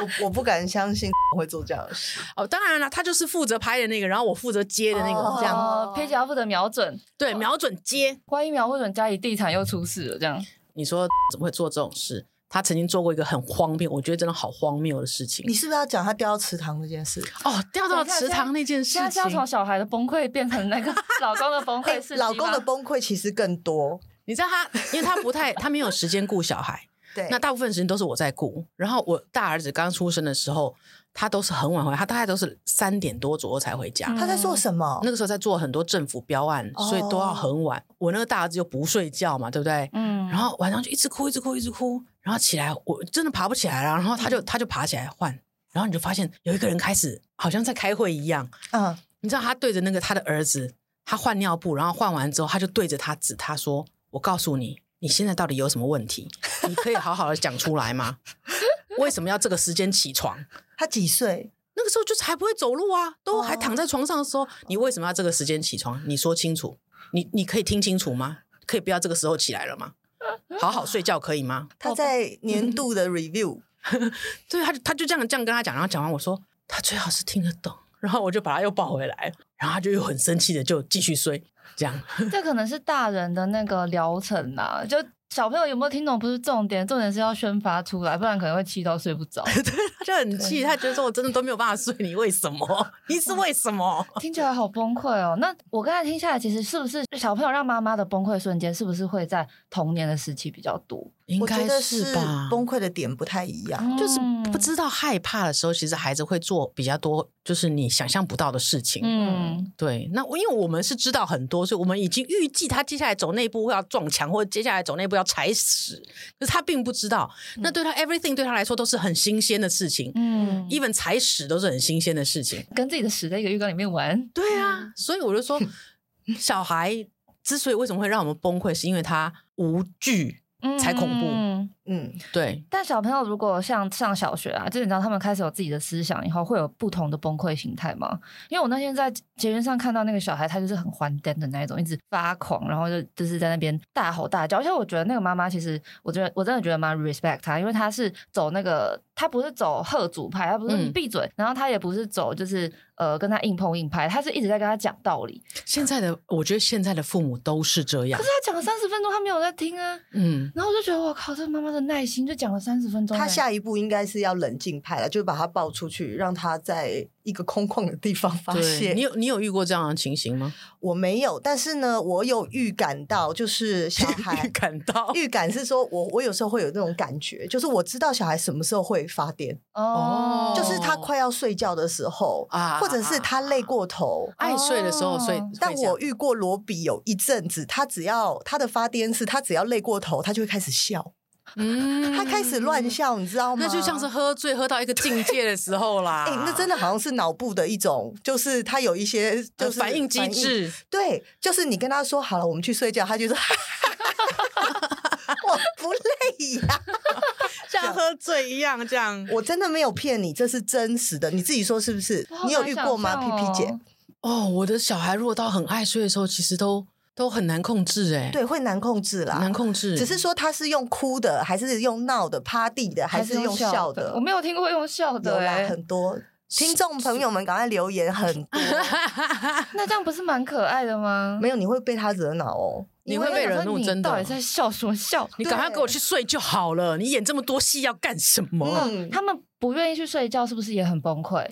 S4: 我我不敢相信 会做这样的事。
S3: 哦，当然了，他就是负责拍的那个，然后我负责接的那个，
S4: 哦
S3: 这样
S2: 哦佩姐要负责瞄准，
S3: 对，瞄准接。
S2: 万一瞄不准，家里地毯又出事了，这样
S3: 你说怎么会做这种事？他曾经做过一个很荒谬，我觉得真的好荒谬的事情
S4: 你。是不是要讲他掉到池塘那件事？
S3: 哦，掉到
S2: 等一下
S3: 池塘那件事
S2: 现在是要从
S3: 情，哎
S2: 小孩的崩溃变 成那个老公的崩溃事迹吗
S4: 哎老公的崩溃其实更多。
S3: 你知道他，因为他不太，他没有时间顾小 孩，
S4: 对，
S3: 那大部分时间都是我在顾。然后我大儿子刚出生的时候，他都是很晚回来，他大概都是三点多左右才回
S2: 嗯
S3: 家。
S4: 他在做什么？
S3: 那个时候在做很多政府标案，所以都
S2: 哦
S3: 要很晚。我那个大儿子又不睡觉嘛，对不对？
S2: 嗯
S3: 然后晚上就一直哭，一直哭，一直哭，然后起来我真的爬不起来了，然后他就他就爬起来换，然后你就发现有一个人开始好像在开会一样，
S4: 嗯，
S3: 你知道他对着那个他的儿子，他换尿布，然后换完之后他就对着他指他说：“我告诉你，你现在到底有什么问题？你可以好好的讲出来吗？为什么要这个时间起床？”
S4: 他几岁？
S3: 那个时候就是还不会走路啊，都还
S4: 哦
S3: 躺在床上的时候，你为什么要这个时间起床？你说清楚，你你可以听清楚吗？可以不要这个时候起来了吗？好好睡觉可以吗？
S4: 他在年度的 review，
S3: 对，他就他就这样这样跟他讲，然后讲完我说他最好是听得懂，然后我就把他又抱回来，然后他就又很生气的就继续睡，这样
S2: 这可能是大人的那个疗程啊，就小朋友有没有听懂不是重点，重点是要宣发出来，不然可能会气到睡不 着。
S3: 他就很气，他觉得说我真的都没有办法睡，你为什么？你是为什么？
S2: 听起来好崩溃哦。那我刚才听下来，其实是不是小朋友让妈妈的崩溃瞬间，是不是会在童年的时期比较多？
S3: 应
S4: 我觉
S3: 该
S4: 得是
S3: 吧，
S4: 崩溃的点不太一样。
S3: 就是不
S2: 嗯
S3: 知道害怕的时候，其实孩子会做比较多，就是你想象不到的事情。
S2: 嗯，
S3: 对，那我因为我们是知道很多，所以我们已经预计他接下来走那一步会要撞墙，或者接下来走那一步要踩屎，可是他并不知道。
S4: 嗯
S3: 那对他 everything 对他来说都是很新鲜的事情、
S2: 嗯，
S3: e v e n 踩屎都是很新鲜的事情。
S2: 跟自己的屎在一个浴缸里面玩，
S3: 对啊，所以我就说，小孩之所以为什么会让我们崩溃，是因为他无惧。才恐怖
S2: 嗯
S4: 嗯，
S3: 对，
S2: 但小朋友如果像上小学啊，就是你知道他们开始有自己的思想以后，会有不同的崩溃形态吗？因为我那天在节目上看到那个小孩，他就是很欢癫的那一种，一直发狂，然后就就是在那边大吼大叫。而且我觉得那个妈妈其实，我觉得我真的觉得蛮 respect 她，因为她是走那个，她不是走贺主派，她不是
S3: 嗯
S2: 你闭嘴，然后她也不是走就是呃跟他硬碰硬派，她是一直在跟他讲道理。
S3: 现在的我觉得现在的父母都是这样
S2: 可是。她讲了三十分钟，她没有在听啊。
S3: 嗯，
S2: 然后我就觉得我靠，这妈妈的耐心就讲了三十分钟欸、
S4: 他下一步应该是要冷静派了，就是把他抱出去，让他在一个空旷的地方发
S3: 对，
S4: 泄
S3: 你。有你有遇过这样的情形吗？
S4: 我没有，但是呢，我有预感到，就是 小
S3: 预
S4: 孩。
S3: 感到
S4: 预感是说我我有时候会有那种感觉，就是我知道小孩什么时候会发癫，
S2: 哦，
S4: 就是他快要睡觉的时候，
S3: 啊
S4: 或者是他累过头。
S3: 爱睡的时候，所以
S2: 哦
S4: 但我遇过罗比有一阵子，他只要他的发癫是，他只要累过头，他就会开始笑，
S3: 嗯
S4: 他开始乱，笑，你知道吗？
S3: 那就像是喝醉喝到一个境界的时候啦。
S4: 哎、那真的好像是脑部的一种，就是他有一些就是
S3: 呃反应机，制，
S4: 对，就是你跟他说好了，我们去睡觉，他就说 我不累呀、
S3: 像喝醉一样这样。
S4: 我真的没有骗你，这是真实的，你自己说是不是
S2: 我？好
S4: 你有
S2: 难
S4: 遇过吗
S2: 想象
S4: ，P
S2: 哦
S4: P 姐？
S3: 哦，我的小孩如果到很爱睡的时候，其实都都很难控制，哎，，
S4: 对，会难控制啦
S3: 难。控制。
S4: 只是说他是用哭的，还是用闹的、趴地的，还是用笑的？
S2: 我没有听过用笑的、
S4: 有啦，
S2: 欸，
S4: 很多听众朋友们赶快留言，很多
S2: 那这样不是蛮可爱的吗？
S4: 没有你会被他惹恼哦。
S3: 你
S2: 因
S3: 会
S2: 为
S3: 被
S2: 我想
S3: 惹
S2: 说
S3: 怒，
S2: 你
S3: 真
S2: 到
S3: 的
S2: 底。在笑什么笑？
S3: 你
S4: 啊
S3: 赶快给我去睡就好了，你演这么多戏要干什么？
S4: 嗯，
S2: 他们不愿意去睡觉，是不是也很崩溃？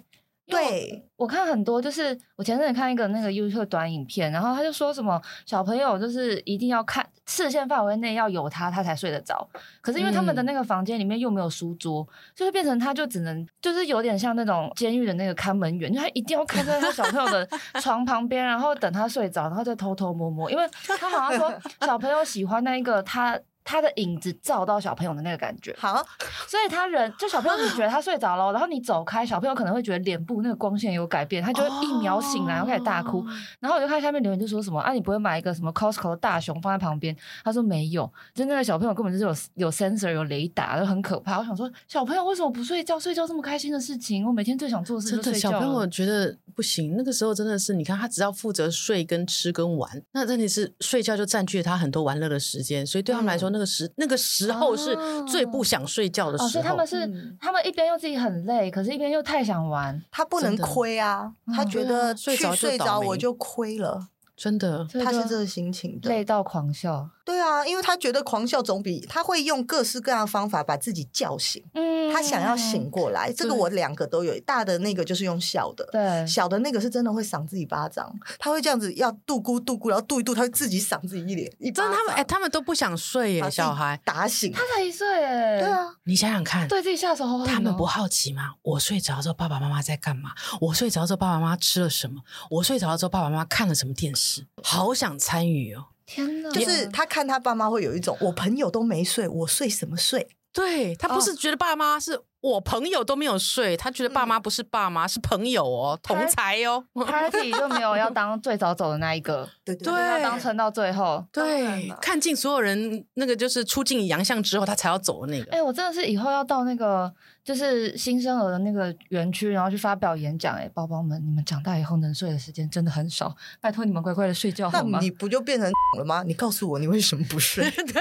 S2: 因为我
S4: 对，
S2: 我看很多，就是我前阵子看一个那个 YouTube 短影片，然后他就说什么小朋友就是一定要看视线范围内要有他，他才睡得着。可是因为他们的
S3: 嗯
S2: 那个房间里面又没有书桌，就会变成他就只能就是有点像那种监狱的那个看门员，就他一定要看在他小朋友的床旁边，然后等他睡着，然后再偷偷摸摸，因为他好像说小朋友喜欢那一个他。他的影子照到小朋友的那个感觉，
S4: 好，
S2: 所以他人就小朋友，你觉得他睡着了，然后你走开，小朋友可能会觉得脸部那个光线有改变，他就
S4: 哦
S2: 会一秒醒
S3: 哦
S2: 来，然后开始大哭。然后我就看下面留言就说什么啊，你不会买一个什么 Costco 的大熊放在旁边？他说没有，就那个小朋友根本就是有有 sensor 有雷达，就很可怕。我想说，小朋友为什么不睡觉？睡觉这么开心的事情，我每天最想做的事
S3: 真
S2: 就
S3: 的，
S2: 睡
S3: 小
S2: 觉了。
S3: 朋友觉得不行。那个时候真的是，你看他只要负责睡、跟吃、跟玩，那问题是睡觉就占据了他很多玩乐的时间，所以对他们来说，那个时那个时候是最不想睡觉的
S2: 嗯哦，
S3: 时
S2: 所以他
S3: 候。
S2: 们是、
S4: 嗯
S2: 他们一边又自己很累，可是一边又太想玩。
S4: 他不能
S3: 真的
S4: 亏啊，他
S3: 对
S4: 觉
S3: 啊
S4: 得
S3: 睡
S4: 去
S3: 着就
S4: 睡
S3: 倒
S4: 着
S3: 霉啊
S4: 我就亏了。
S3: 真的，
S2: 所以
S4: 他是
S2: 就
S4: 这个心情的，
S2: 累到狂笑，
S4: 对啊，因为他觉得狂笑总比他会用各式各样的方法把自己叫醒，
S2: 嗯
S4: 他想要醒，过来。这个
S3: 对
S4: 我两个都有，大的那个就是用笑的，
S2: 对，
S4: 小的那个是真的会赏自己巴掌，他会这样子要度咕度咕，然后度一度，他会自己赏自己一脸，一巴
S3: 真的，他们
S4: 掌
S3: 哎、他们都不想睡
S4: 把
S3: 耶，
S4: 自己
S3: 小孩。
S4: 打醒
S2: 他。才一岁哎，
S4: 对，啊，
S3: 你想想看，
S2: 对自己下手好狠哦，
S3: 他们不好奇吗？我睡着之后，爸爸妈妈在干嘛？我睡着之后，爸爸妈妈吃了什么？我睡着之后，爸爸妈妈看了什么电视？好想参与哦！
S2: 天哪，
S4: 就是他看他爸妈会有一种，我朋友都没睡，我睡什么睡？
S3: 对他
S4: 哦
S3: 不是觉得爸妈是我朋友都没有睡，他觉得爸
S4: 嗯
S3: 妈不是爸妈，是朋友哦，同才哦。
S2: party 就没有要当最早走的那一个，
S4: 对
S3: 对
S2: 要当撑到最后。
S4: 当然
S3: 对
S4: 了，
S3: 看尽所有人那个就是出尽洋相之后，他才要走的那
S2: 哎、
S3: 个。
S2: 我真的是以后要到那个就是新生儿的那个园区，然后去发表演讲。哎，宝宝们，你们长大以后能睡的时间真的很少，拜托你们乖乖的睡觉哦好
S4: 那
S2: 吗？
S4: 你不就变成 了吗？你告诉我你为什么不睡？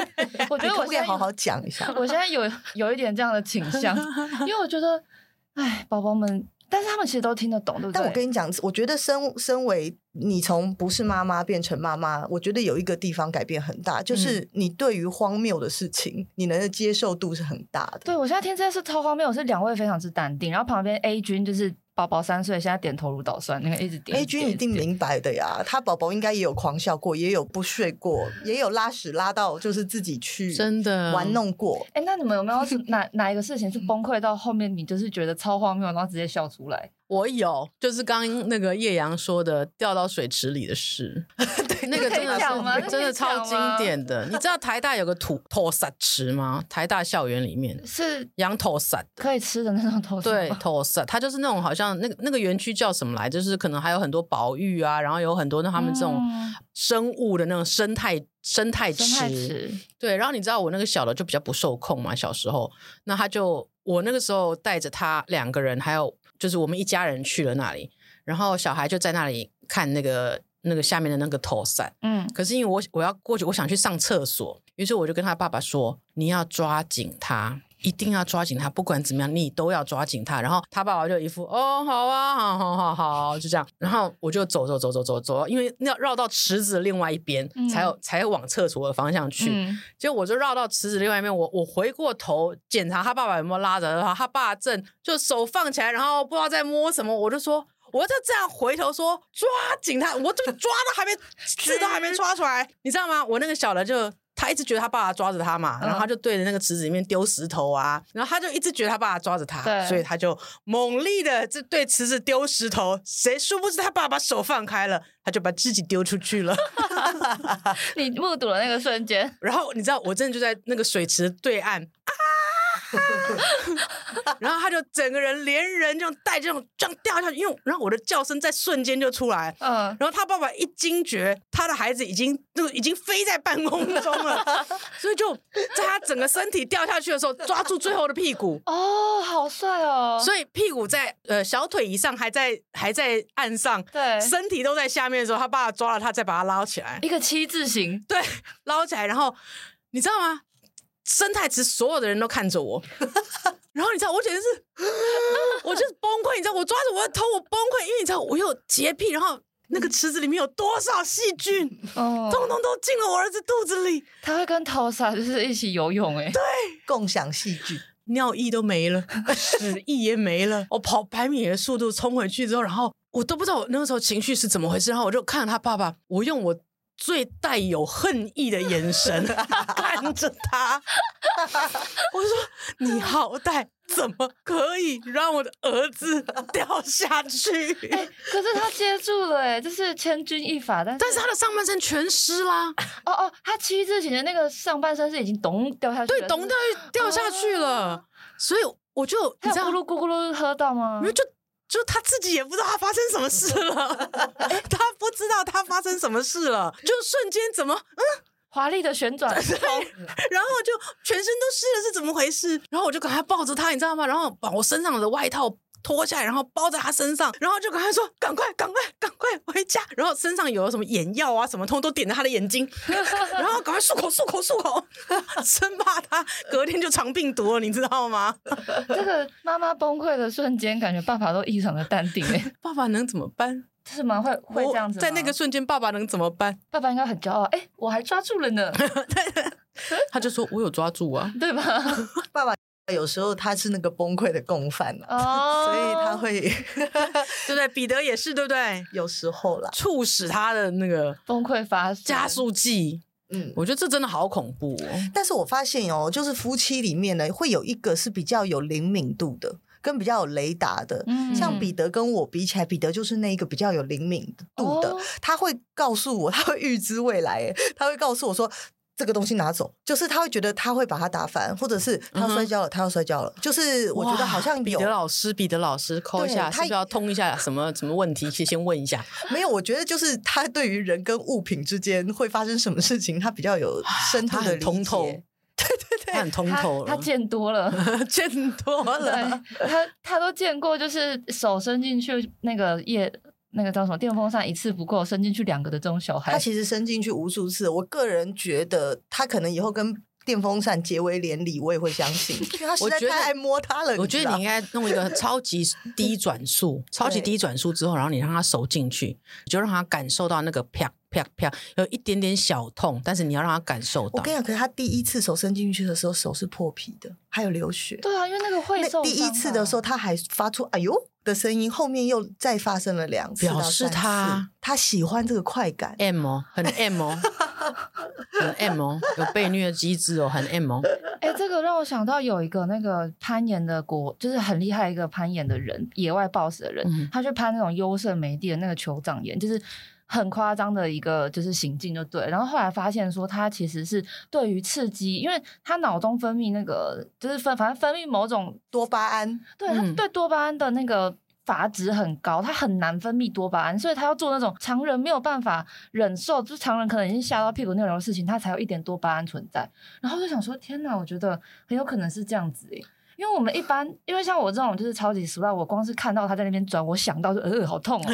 S2: 我觉
S4: 你
S2: 得
S4: 可
S2: 我
S4: 不可以
S2: 现在
S4: 好好讲 一下？
S2: 我现在有有一点这样的倾 向，因为我觉得，哎，宝宝们，但是他们其实都听得懂，对不对？
S4: 但我跟你讲，我觉得身身为你从不是妈妈变成妈妈，我觉得有一个地方改变很大，
S2: 嗯
S4: 就是你对于荒谬的事情，你能的接受度是很大的。
S2: 对我现在听这件事超荒谬，我是两位非常之淡定，然后旁边 A 君就是宝宝三岁，现在点头如捣蒜，那个一直点
S4: A 君一定
S2: 点点
S4: 明白的呀，他宝宝应该也有狂笑过，也有不睡过，也有拉屎拉到就是自己去
S3: 真的
S4: 玩弄过。
S2: 哎、那你们有没有 是哪哪一个事情是崩溃到后面你就是觉得超荒谬，然后直接笑出来？
S3: 我有，就是刚刚那个叶阳说的掉到水池里的事， 对，那个真
S2: 可以讲吗
S3: 的
S2: 那
S3: 是
S2: 可以
S3: 真的超经
S2: 讲吗
S3: 典的。你知道台大有个土头沙池吗？台大校园里 面
S2: 是
S3: 羊头沙。
S2: 可以吃的那种 头
S3: 对，
S2: 吗
S3: 头沙，它就是那种好像那个那个园区叫什么来，就是可能还有很多保育啊，然后有很多那他们这种
S2: 嗯
S3: 生物的那种生态生态池，
S2: 生态池，
S3: 对，然后你知道我那个小的就比较不受控嘛，小时候，那他就我那个时候带着他两个人，还有就是我们一家人去了那里，然后小孩就在那里看那个那个下面的那个头伞。
S2: 嗯，
S3: 可是因为我我要过去，我想去上厕所，于是我就跟他爸爸说：“你要抓紧他，一定要抓紧他，不管怎么样，你都要抓紧他。”然后他爸爸就一副“哦，好啊，好好好好”，就这样。然后我就走走走走走走，因为要绕到池子另外一边，
S2: 嗯
S3: 才有才往厕所的方向去。
S2: 嗯
S3: 结果我就绕到池子另外一边，我我回过头检查他爸爸有没有拉着他，他爸正就手放起来，然后不知道在摸什么，我就说。我就这样回头说抓紧他，我就抓都还没字都还没抓出来，你知道吗？我那个小的就他一直觉得他爸爸抓着他嘛，然后他就对着那个池子里面丢石头啊，然后他就一直觉得他爸爸抓着他，
S2: 对
S3: 所以他就猛力的这对池子丢石头，谁殊不知他爸把手放开了，他就把自己丢出去了。
S2: 你目睹了那个瞬间，
S3: 然后你知道，我真的就在那个水池对岸啊，然后他就整个人连人这样带这种这样掉下去，因为然后我的叫声在瞬间就出来。
S2: 嗯，
S3: 然后他爸爸一惊觉，他的孩子已经就已经飞在半空中了，所以就在他整个身体掉下去的时候，抓住最后的屁股，
S2: 哦，好帅哦，
S3: 所以屁股在呃小腿以上还在还在岸上，
S2: 对，
S3: 身体都在下面的时候，他爸爸抓了他，再把他捞起来。
S2: 一个七字形，
S3: 对，捞起来，然后你知道吗？生态池所有的人都看着我，然后你知道，我简直是，我就是崩溃，你知道，我抓着我的头，我崩溃，因为你知道我有洁癖，然后那个池子里面有多少细菌，
S2: 哦，
S3: 通通都进了我儿子肚子里，
S2: 他会跟头傻就是一起游泳，哎，
S4: 共享戏剧，
S3: 尿意都没 了，屎意也没了， 我跑百米的速度冲回去之后，然后我都不知道我那个时候情绪是怎么回事，然后我就看着他爸爸，我用我。最带有恨意的眼 神看着他，我说：“你好歹怎么可以让我的儿子掉下去？”
S2: 哎可是他接住了，哎，这是千钧一发，但是
S3: 但是他的上半身全湿啦，
S2: 哦哦，他七字形的那个上半身是已经咚掉下 去了，
S3: 对，懂
S2: 是
S3: 得掉下去了，所以我就你
S2: 不是。
S3: 知
S2: 他
S3: 道
S2: 有咕噜咕咕噜喝到吗
S3: 因？为就就他自己也不知道他发生什么事了， 他不知道他发生什么事了，就瞬间怎么，嗯
S2: 华丽的旋转，
S3: 然后就全身都湿了，是怎么回事？然后我就赶快抱着他，你知道吗？然后把我身上的外套脱下来，然后包在他身上，然后就跟他说：“赶快，赶快，赶快回家！”然后身上有什么眼药啊，什么通都点在他的眼 睛，然后赶快漱口，漱口，漱口，生怕他隔天就肠病毒了，你知道吗？
S2: 这个妈妈崩溃的瞬间，感觉爸爸都异常的淡定哎、欸，
S3: 爸爸能怎么办？
S2: 是吗？会会这样子
S3: 我
S2: 吗？
S3: 在那个瞬间，爸爸能怎么办？
S2: 爸爸应该很骄傲哎、我还抓住了 呢，
S3: 他就说：“我有抓住啊。
S2: 对吧？
S4: 爸爸有时候他是那个崩溃的共犯啊，
S2: 哦，
S4: 所以他会
S3: 对不对？彼得也是，对不对？
S4: 有时候啦，
S3: 促使他的那个
S2: 崩溃发生
S3: 加。速剂，
S4: 嗯。
S3: 我觉得这真的好恐怖哦。
S4: 但是我发现哦，就是夫妻里面呢，会有一个是比较有灵敏度的，跟比较有雷达的。
S2: 嗯
S4: 像彼得跟我比起来，彼得就是那一个比较有灵敏度的，
S2: 哦
S4: 他会告诉我，他会预知未来，诶他会告诉我说。这个东西拿走，就是他会觉得他会把它打翻，或者是他摔跤了，他要摔跤了，就是我觉得好
S3: 嗯
S4: 像
S3: 哇彼
S4: 有
S3: 得老师，彼得老师扣一下，
S4: 对
S3: 是
S4: 他
S3: 不是要通一下什么什么问题？先先问一下。
S4: 没有，我觉得就是他对于人跟物品之间会发生什么事情，他比较有深
S3: 他
S4: 度的
S3: 很
S4: 理
S3: 通透，
S4: 解。
S3: 对对对，他很通透
S2: 他
S3: 了，
S2: 他见多了。
S3: 见 多
S2: 对
S3: 了。
S2: 他，他都见过，就是手伸进去那个叶，那个叫什么电风扇一次不够，伸进去两个的这种小孩
S3: 哎
S4: 他。其实伸进去无数次，我个人觉得他可能以后跟电风扇结为连理，我也会相 信，因为他实
S3: 我
S4: 在
S3: 觉得
S4: 太爱摸他了。
S3: 我觉
S4: 知
S3: 得
S4: 道
S3: 你应该弄一个超级低转速，超级
S4: 对
S3: 低转速之后，然后你让他手进去，你就让他感受到那个啪啪啪，有一点点小痛，但是你要让他感受
S4: 我
S3: 到
S4: 跟。你讲，可是他第一次手伸进去的时候，手是破皮的，还有流血。
S2: 对啊，因为那个会
S4: 那
S2: 受
S4: 第一
S2: 伤
S4: 次
S2: 吧
S4: 的时候，，他还发出“哎呦”的声音，后面又再发生了两次到
S3: 表
S4: 三次，
S3: 示他
S4: 他喜欢这个快感。
S3: M 哦，很 M 哦，很 M 哦，有被虐机制哦，很 M 哦。
S2: 哎、这个让我想到有一个那个攀岩的国，就是很厉害一个攀岩的人，野外 BOSS 的人，
S3: 嗯
S2: 他去攀那种优胜美地的那个酋长岩，就是很夸张的一个就是行径就对了。然后后来发现说，他其实是对于刺激，因为他脑中分泌那个就是分，反正分泌某种
S4: 多巴胺，
S2: 对他
S3: 嗯
S2: 对多巴胺的那个阀值很高，他很难分泌多巴胺，所以他要做那种常人没有办法忍受，就是常人可能已经吓到屁股尿流的事情，他才有一点多巴胺存在。然后我就想说，天哪，我觉得很有可能是这样子诶。欸因为我们一般，因为像我这种就是超级俗辣，我光是看到他在那边转，我想到就呃好痛 哦。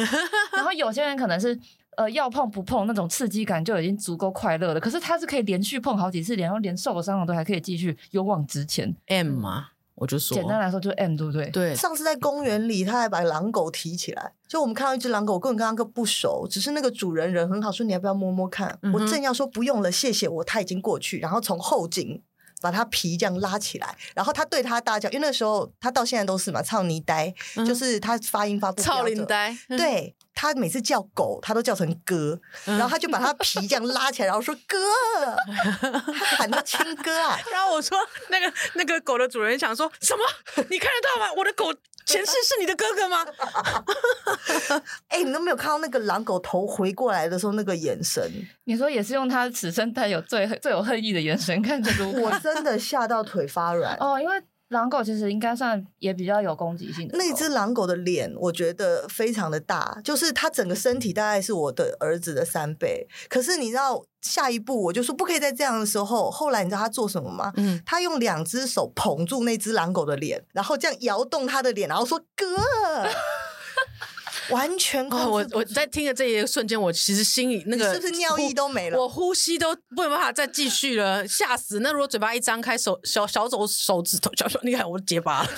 S2: 然后有些人可能是呃要碰不碰那种刺激感就已经足够快乐了，可是他是可以连续碰好几次，然后连受伤了都还可以继续勇往直前。
S3: M 嘛，我就说，
S2: 简单来说就是 M 对不对？
S3: 对，
S4: 上次在公园里，他还把狼狗提起来。就我们看到一只狼狗，我根本跟它个不熟，只是那个主人人很好，说你要不要摸摸看？
S3: 嗯哼
S4: 我正要说不用了，谢谢我，他已经过去，然后从后颈把它皮这样拉起来，然后他对他大叫，因为那时候他到现在都是嘛，操泥呆，
S3: 嗯
S4: 就是他发音发不标
S3: 超
S4: 准
S3: 龄，呆，
S4: 对。他每次叫狗，他都叫成哥，
S3: 嗯
S4: 然后他就把他皮这样拉起来，然后说哥，他喊他亲哥 啊，
S3: 然后我说，那个那个狗的主人想说什么？你看得到吗？我的 狗前世是你的哥哥吗？
S4: 哎、你都没有看到那个狼狗头回过来的时候那个眼神，
S2: 你说也是用他此生带有最最有恨意的眼神看着卢
S4: 我
S2: 卡。
S4: 真的吓到腿发软。
S2: 哦，因为狼狗其实应该算也比较有攻击性的狗。
S4: 那只狼狗的脸，我觉得非常的大，就是它整个身体大概是我的儿子的三倍。可是你知道，下一步我就说不可以再这样的时候，后来你知道他做什么吗？
S3: 嗯，
S4: 他用两只手捧住那只狼狗的脸，然后这样摇动它的脸，然后说“ 哥”，完全控
S3: 哦，我
S4: 制不
S3: 我
S4: 住
S3: 在听的这一瞬间，我其实心里那
S4: 你
S3: 个
S4: 是不是尿意
S3: 呼
S4: 都没了？
S3: 我呼吸都没有办法再继续了，吓死！那如果嘴巴一张开，手小小手手指头，小手，你看我结巴了，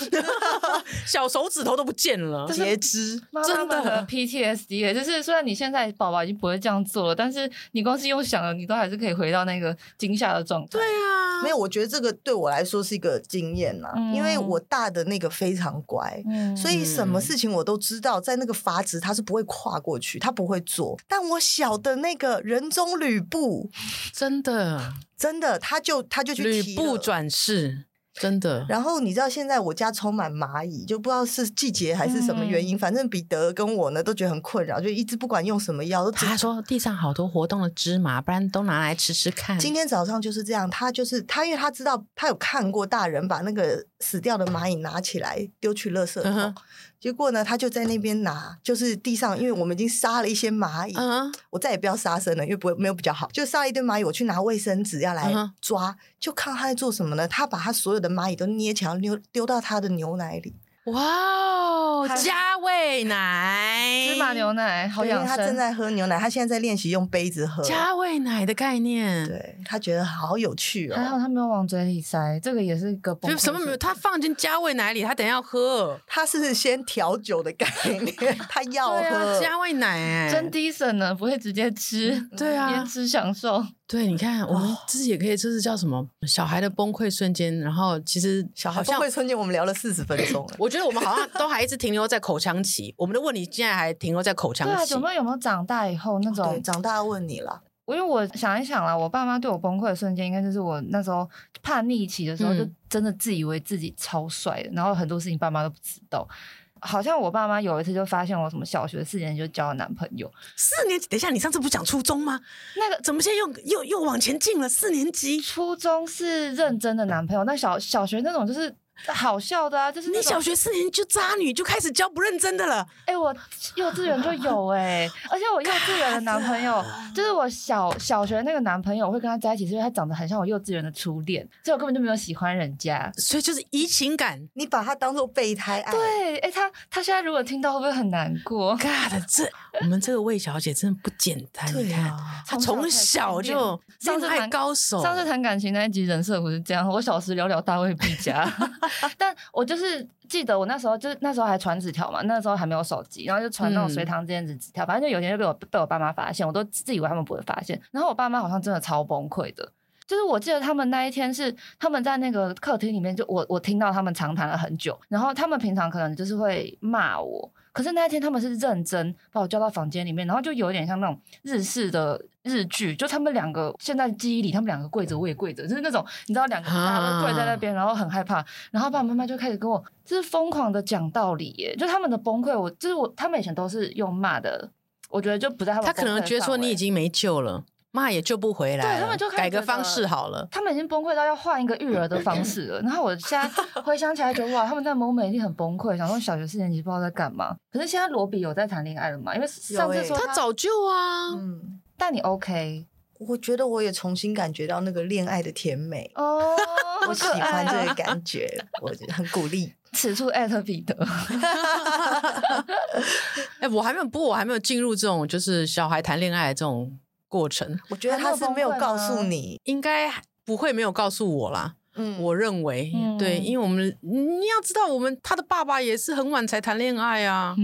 S3: 小手指头都不见了。
S2: 是
S4: 截肢。
S2: 妈妈
S3: 真的
S2: 们的 PTSD，耶就是虽然你现在宝宝已经不会这样做了，但是你光是用想的，你都还是可以回到那个惊吓的状态。对
S3: 对啊，
S4: 没有，我觉得这个对我来说是一个经验啦，因为
S2: 嗯
S4: 我大的那个非常乖，
S2: 嗯
S4: 所以什么事情我都知道，在那个阀值他是不会跨过去，他不会做。但我小的那个人中吕布，
S3: 真的
S4: 真的他就他就去
S3: 吕
S4: 提
S3: 布
S4: 了。
S3: 转世，真的。
S4: 然后你知道现在我家充满蚂蚁，就不知道是季节还是什么原因，
S3: 嗯
S4: 反正彼得跟我呢都觉得很困扰，就一直不管用什么药都只。
S3: 他说地上好多活动的芝麻，不然都拿来吃吃看。
S4: 今天早上就是这样，他就是他，因为他知道他有看过大人把那个死掉的蚂蚁拿起来丢去垃圾桶，
S3: 嗯哼
S4: 结果呢，他就在那边拿，就是地上，因为我们已经杀了一些蚂蚁，
S3: 嗯，
S4: 我再也不要杀生了，因为不会没有比较好。就杀了一堆蚂蚁，我去拿卫生纸要来
S3: 嗯哼
S4: 抓，就看他在做什么呢？他把他所有的蚂蚁都捏起来，丢丢到他的牛奶里。
S3: 哇哦，
S2: 还
S3: 加味奶，
S2: 芝麻牛奶好
S4: 对因为
S2: 养
S4: 他正
S2: 生。
S4: 在喝牛奶，他现在在练习用杯子喝。
S3: 加味奶的概念，
S4: 对他觉得好有趣
S2: 还好
S4: 哦。
S2: 他没有往嘴里塞，这个也是一个崩
S3: 就
S2: 溃
S3: 什么没有，
S2: 学
S3: 他放进加味奶里，他等一下要喝，
S4: 他是先调酒的概 念，他要
S3: 对啊，
S4: 喝。
S3: 加味奶，
S2: 真，低神呢，不会直接吃，
S3: 对啊
S2: 边，
S4: 嗯
S2: 吃 享受。
S3: 对，你看，我们自己也可以，就是叫什么小孩的崩溃瞬间，然后其实
S4: 小孩
S3: 好像
S4: 崩溃瞬间，我们聊了四十分钟了。
S3: 我觉得我们好像都还一直停留在口腔期，我们的问题现在还停留在口
S2: 对啊，
S3: 腔期
S2: 九。妹有没有长大以
S3: 哦
S2: 后那
S4: 对，
S2: 种？
S4: 长大问你了，
S2: 我因为我想一想啦，我爸妈对我崩溃的瞬间，应该就是我那时候叛逆期的时候，
S3: 嗯
S2: 就真的自以为自己超帅的，然后很多事情爸妈都不知道。好像我爸妈有一次就发现我什么小学四年级就交了男朋友，
S3: 四年级，等一下，你上次不讲初中吗？
S2: 那个
S3: 怎么现在又又又往前进了？四年级，
S2: 初中是认真的男朋友，那小小学那种就是好笑的啊，就是那
S3: 你
S2: 种
S3: 小学四年级就渣女，就开始教不认真的了。
S2: 哎、我幼稚园就有哎、而且我幼稚园的男朋友，就是我小小学那个男朋友，我会跟他在一起，是因为他长得很像我幼稚园的初恋，所以我根本就没有喜欢人家。
S3: 所以就是移情感
S4: 你把他当做备胎爱。
S2: 对，哎、他他现在如果听到会不会很难过？
S3: ，God，这我们这个魏小姐真的不简单。你
S4: 对
S3: 看，哦
S4: 啊，
S3: 她从小就
S2: 上
S3: 恋
S2: 次
S3: 爱高手，
S2: 上次谈感情那一集人设不是这样，我小时聊聊大卫毕加， 但我就是记得我那时候就是那时候还传纸条嘛，那时候还没有手机，然后就传那种
S3: 嗯
S2: 随堂之间的纸条，反正就有一天就被我被我爸妈发现，我都自以为他们不会发现，然后我爸妈好像真的超崩溃的。就是我记得他们那一天是他们在那个客厅里面就，我我听到他们长谈了很久，然后他们平常可能就是会骂我，可是那一天他们是认真把我叫到房间里面，然后就有点像那种日式的日剧，就他们两个现在记忆里，他们两个跪着我也跪着，就是那种你知道两个大家都跪在那
S3: 啊
S2: 边，然后很害怕，然后爸爸妈妈就开始跟我就是疯狂的讲道理耶，就他们的崩溃，我就是我他们以前都是用骂的，我觉得就不在他们
S3: 她可
S2: 崩
S3: 能
S2: 溃的
S3: 觉得说
S2: 范围
S3: 你已。经没救了，骂也救不回来了。
S2: 对他们就开始
S3: 改个
S2: 觉得嗯
S3: 方式好了。
S2: 他们已经崩溃到要换一个育儿的方式了。然后我现在回想起来，觉得哇，他们那 moment 一定很崩溃，想说小学四年级不知道在干嘛。可是现在罗比有在谈恋爱了嘛？因为上次
S4: 有欸
S2: 说
S3: 她早就啊，
S4: 嗯，
S2: 但你 OK
S4: 我觉得我也重新感觉到那个恋爱的甜美，
S2: 哦，
S4: 我喜欢这个感觉，我很鼓励。
S2: 此处艾特彼得，
S3: 哎，我还没有，不过我还没有进入这种就是小孩谈恋爱的这种过程，
S4: 啊我觉得他是没有告诉你，
S3: 应该不会没有告诉我啦。
S4: 嗯，
S3: 我认为，
S2: 嗯
S3: 对，因为我们你要知道，我们他的爸爸也是很晚才谈恋爱啊，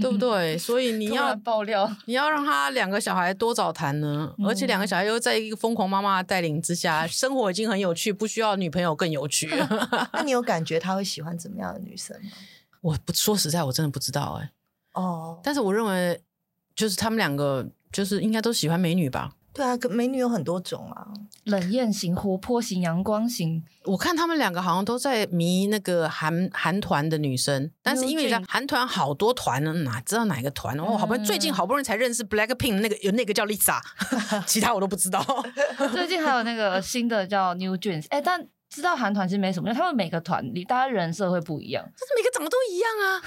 S3: 对不对？ 所以你
S2: 突
S3: 要
S2: 然爆料，嗯
S3: 你要让他两个小孩多早谈呢，而且两个小孩又在一个疯狂妈妈的带领之下，生活已经很有趣，不需要女朋友更有趣。
S4: 那你有感觉他会喜欢怎么样的女生吗？
S3: 我不说实在，我真的不知道哎、
S4: 哦，
S3: 但是我认为就是他们两个就是应该都喜欢美女吧。
S4: 对啊，可美女有很多种啊，
S2: 冷艳型、活泼型、阳光型，
S3: 我看他们两个好像都在迷那个韩韩团的女生，但是因为你知道
S2: Newjeans
S3: 韩团好多团呢，哪知道哪一个团？哦，好不容易最
S4: 嗯
S3: 近好不容易才认识 Blackpink 那个有那个叫 Lisa，其 他我都不知道。
S2: 最近还有那个新的叫 New Jeans，哎、但。知道韩团其实没什么，因为他们每个团里大家人设会不一样。
S3: 但是每个长得都一样啊。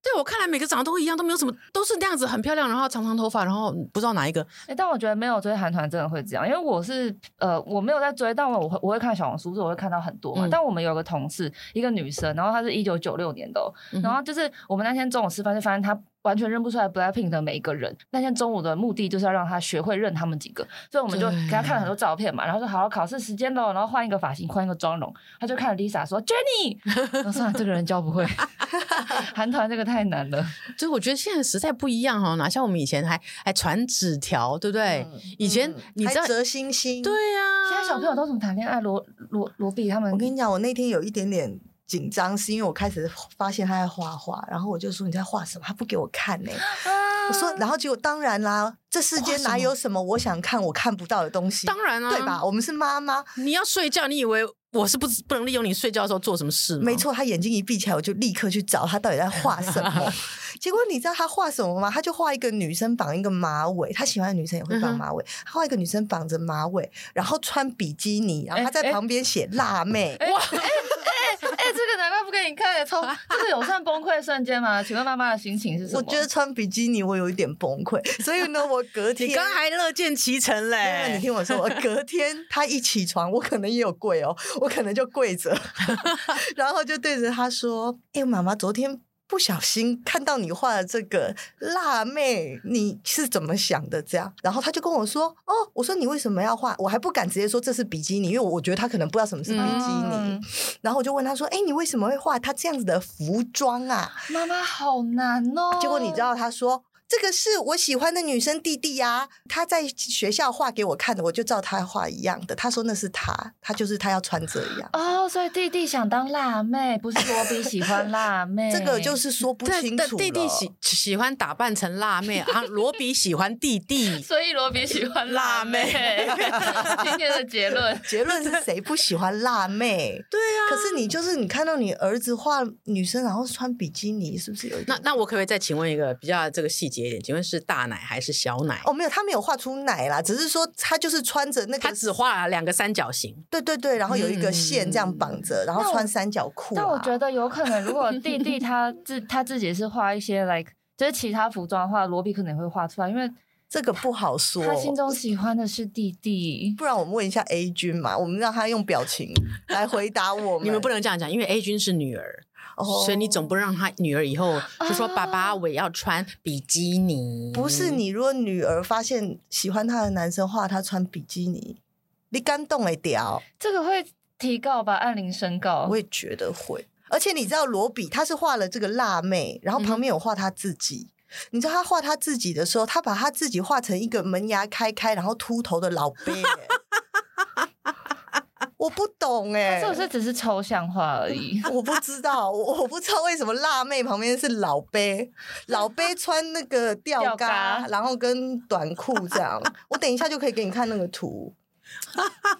S3: 对我看来，每个长得都一样，都没有什么，都是那样子很漂亮，然后长长头发，然后不知道哪一个。
S2: 哎、但我觉得没有追韩团真的会这样，因为我是呃我没有在追，但我会我会看小红书，所以我会看到很多嘛。
S3: 嗯
S2: 但我们有个同事，一个女生，然后她是一九九六年的哦、
S3: 嗯哼
S2: 然后就是我们那天中午吃饭就发现她完全认不出来 BLACKPINK 的每一个人。那天中午的目的就是要让她学会认他们几个，所以我们就
S3: 对
S2: 给她看了很多照片嘛，然后说好考试时间喽，然后换一个发型，换一个妆容。她就看了 Lisa 说 Jenny，然后算了，这个人教不会，韩团这个太难了。
S3: 所以我觉得现在时代不一样哦哈、哪像我们以前还还传纸条，对不对？
S4: 嗯
S3: 以前
S4: 嗯
S3: 你知道
S4: 还，折星星。
S3: 对呀、
S2: 现在小朋友都怎么谈恋爱？罗罗罗比他们，
S4: 我跟你讲，我那天有一点点紧张，是因为我开始发现他在画画，然后我就说你在画什么？他不给我看呢、
S2: 啊
S4: 我 说，然后结果当然啦，这世间哪有什么我想看我看不到的东西？
S3: 当然啊，
S4: 对吧？？我们是妈妈，
S3: 你要睡觉，你以为我是不不能利用你睡觉的时候做什么事吗？
S4: 没，错。他眼睛一闭起来，我就立刻去找他到底在画 什么。结果你知道他画什么吗？他就画一个女生绑一个马尾，他喜欢的女生也会
S3: 嗯
S4: 绑
S3: 哼
S4: 马尾。他画一个女生绑着马尾，然后穿比基尼，然后他在
S2: 哎哎
S4: 旁边写辣妹。
S2: 哎哎哎，这个难怪不可以且你看，从这个有算崩溃瞬间吗？请问妈妈的心情是什么？
S4: 我觉得穿比基尼我有一点崩溃，所以呢，我隔天
S3: 你刚还乐见其成
S4: 没有你
S3: 嘞，
S4: 听我说，我隔天他一起床，我可能也有跪哦，我可能就跪着，然后就对着他说：“哎、妈妈，昨天不小心看到你画的这个辣妹，你是怎么想的？”这样，然后他就跟我说：“哦，我说你为什么要画？我还不敢直接说这是比基尼，因为我觉得他可能不知道什么是比基尼。
S2: 嗯
S4: 然后我就问他说：“哎、你为什么会画他这样子的服装啊？”
S2: 妈妈好难哦。
S4: 结果你知道他说。这个是我喜欢的女生弟弟呀、他在学校画给我看的，我就照他画一样的。他说那是他，他就是他要穿这样。
S2: 哦，所以弟弟想当辣妹，不是罗比喜欢辣妹。
S4: 这个就是说不
S3: 但
S4: 清
S3: 但
S4: 楚
S3: 弟弟
S4: 了
S3: 喜喜欢打扮成辣妹 啊，罗比喜欢弟 弟，
S2: 所以罗比喜欢辣妹。今天的结论，
S4: 结论是谁不喜欢 辣妹？
S3: 对啊
S4: 可是你就是你看到你儿子画女生，然后穿比基尼，是不是有一
S3: 那
S4: 点？
S3: 那我可不可以再请问一个比较这个细节一点？请问是大奶还是小奶？
S4: 哦，没有，他没有画出奶啦，只是说他就是穿着那
S3: 他
S4: 个，
S3: 只画了两个三角形，
S4: 对对对，然后有一个线这样绑着，然后
S2: 嗯那我
S4: 穿三角裤、啊。
S2: 但我觉得有可能，如果弟弟他自他自己是画一些 like。就是其他服装的话，罗比可能会画出来，因为
S4: 这个不好说。
S2: 他心中喜欢的是弟弟。
S4: 不然我们问一下 A 君嘛，我们让他用表 情来回答我们。
S3: 你们不能这样讲，因为 A 君是女儿，
S4: 哦，啊
S3: 所以你总不能让她女儿以后就说爸爸我也要穿比基尼。
S4: 不是你，如果女儿发现喜欢她的男生画她穿比基尼，你感动了
S3: 哦
S4: 屌，
S2: 这个会提告吧？按铃申告。
S4: 我也觉得会。而且你知道罗比他是画了这个辣妹，然后旁边有画他自己。你知道他画他自己的时候，他把他自己画成一个门牙开开，然后秃头的老 伯耶。我不懂哎、
S2: 这不是只是抽象化而已。
S4: 我不知道，我我不知道为什么辣妹旁边是老杯，老杯穿那个吊
S2: 吊
S4: 嘎
S2: 嘎，
S4: 然后跟短裤这样。 我等一下就可以给你看那个 图，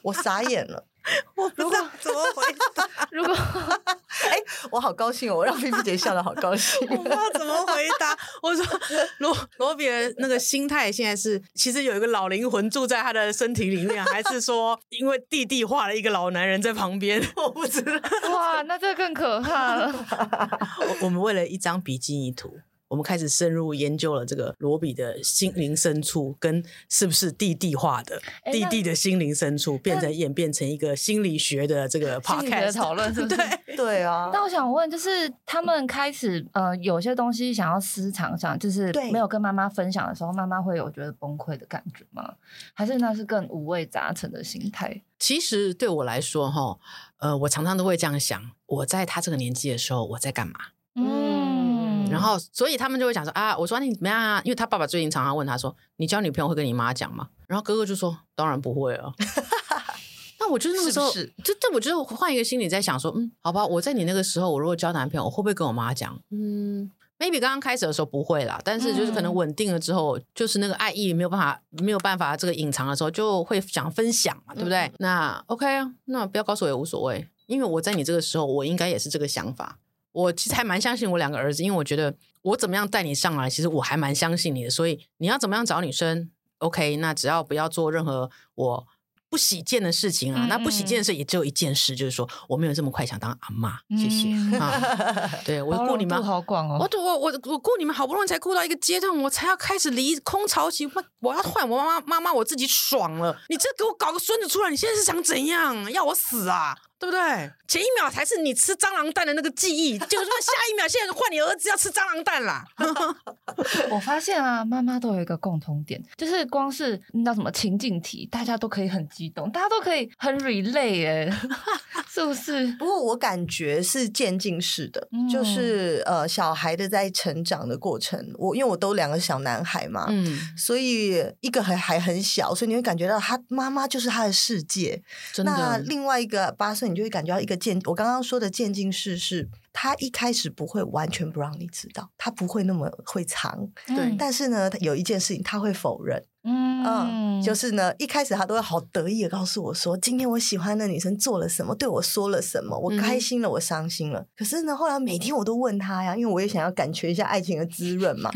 S4: 我傻眼了，
S3: 我不知道怎么回答，
S2: 如果
S4: 我好高兴哦，我让菲菲姐笑的好高 兴。
S3: 我不知道怎么回答。我说罗罗比的那个心态现在是，其实有一个老灵魂住在他的身体里面，还是说因为弟弟画了一个老男人在旁边？ 我不知道。
S2: 哇，那这更可怕了。
S3: 我我们为了一张比基尼图，我们开始深入研究了这个罗比的心灵深处，跟是不是弟弟画的，
S2: 诶
S3: 弟
S2: 哎那
S3: 弟的心灵深处变成演变成一个心理学的这个
S2: 心理学的
S3: podcast
S2: 讨论是不是？
S3: 对，
S4: 对 啊，
S2: 那我想问，就是他们开始呃，有些东西想要私藏上，就是
S4: 对
S2: 没有跟妈妈分享的时候，妈妈会有觉得崩溃的感觉吗？还是那是更五味杂陈的心态？
S3: 其实对我来说，哈，呃，我常常都会这样想：我在他这个年纪的时候，我在干嘛？
S4: 嗯
S2: 嗯，
S3: 然后，所以他们就会讲说啊，我说啊你怎么样啊？因为他爸爸最近常常问他说，你交女朋友会跟你妈讲吗？然后哥哥就说，当然不会啊。那我就是那个时候，
S4: 是不
S3: 就但我觉得换一个心理在想说，嗯，好吧，我在你那个时候，我如果交男朋友，我会不会跟我妈讲？嗯，maybe 刚刚开始的时候不会啦，但是就是可能
S2: 嗯
S3: 稳定了之后，就是那个爱意没有办法没有办法这个隐藏的时候，就会想分享嘛，对不对？那 OK 啊，那不要告诉我也无所谓，因为我在你这个时候，我应该也是这个想法。我其实还蛮相信我两个儿子，因为我觉得我怎么样带你上来，其实我还蛮相信你的。所以你要怎么样找女生，OK，那只要不要做任何我不喜见的事情啊。
S2: 嗯
S3: 那不喜见的事也只有一件事，就是说我没有这么快想当阿妈，谢谢、
S2: 嗯
S3: 啊。对我
S2: 包
S3: 顾
S2: 容
S3: 你们
S2: 度。好广哦
S3: 我。我我我顾你们好不容易才顾到一个阶段，我才要开始离空巢期，我我要换我妈妈妈妈，我自己爽了。你这给我搞个孙子出来，你现在是想怎样？要我死啊？对不对？前一秒才是你吃蟑螂蛋的那个记忆，结果他妈下一秒现在换你儿子要吃蟑螂蛋啦。
S2: 我发现啊，妈妈都有一个共同点，就是光是那叫什么情境题，大家都可以很激动，大家都可以很 relay 哎、 是不是？
S4: 不过我感觉是渐进式的，
S2: 嗯
S4: 就是呃小孩的在成长的过程，我因为我都两个小男孩嘛，
S3: 嗯，
S4: 所以一个还还很小，所以你会感觉到他妈妈就是他的世界，
S3: 真的，
S4: 那另外一个八岁，你就会感觉到一个渐，我刚刚说的渐进式是，他一开始不会完全不让你知道，他不会那么会藏，
S2: 嗯
S3: 对
S4: 但是呢，他有一件事情他会否认，
S3: 呃
S4: 嗯，就是呢，一开始他都会好得意的告诉我说，今天我喜欢的女生做了什么，对我说了什么，我
S3: 嗯哼
S4: 开心了，我伤心了。可是呢，后来每天我都问他呀，因为我也想要感觉一下爱情的滋 润嘛。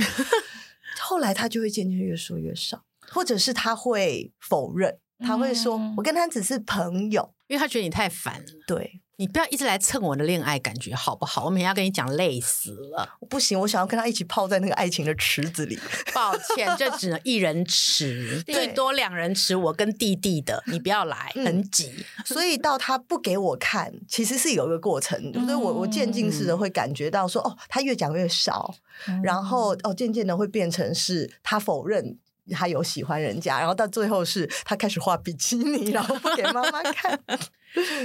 S4: 后来他就会渐渐越说越少，或者是他会否认，他会说，
S2: 嗯
S4: 我跟他只是朋友。
S3: 因为他觉得你太烦了。
S4: 对，
S3: 你不要一直来蹭我的恋爱感觉好不好？我每天要跟你讲累死了，
S4: 不行，我想要跟他一起泡在那个爱情的池子里。
S3: 抱歉，这只能一人 吃，
S2: 对
S3: 最多两人吃，我跟弟弟的，你不要来，
S4: 嗯
S3: 很挤。
S4: 所以到他不给我看，其实是有一个过程的，所以我我渐进式的会感觉到说，哦，他越讲越少，
S2: 嗯
S4: 然后哦，渐渐的会变成是他否认。他有喜欢人家，然后到最后是他开始画比基尼，然后不给妈妈看。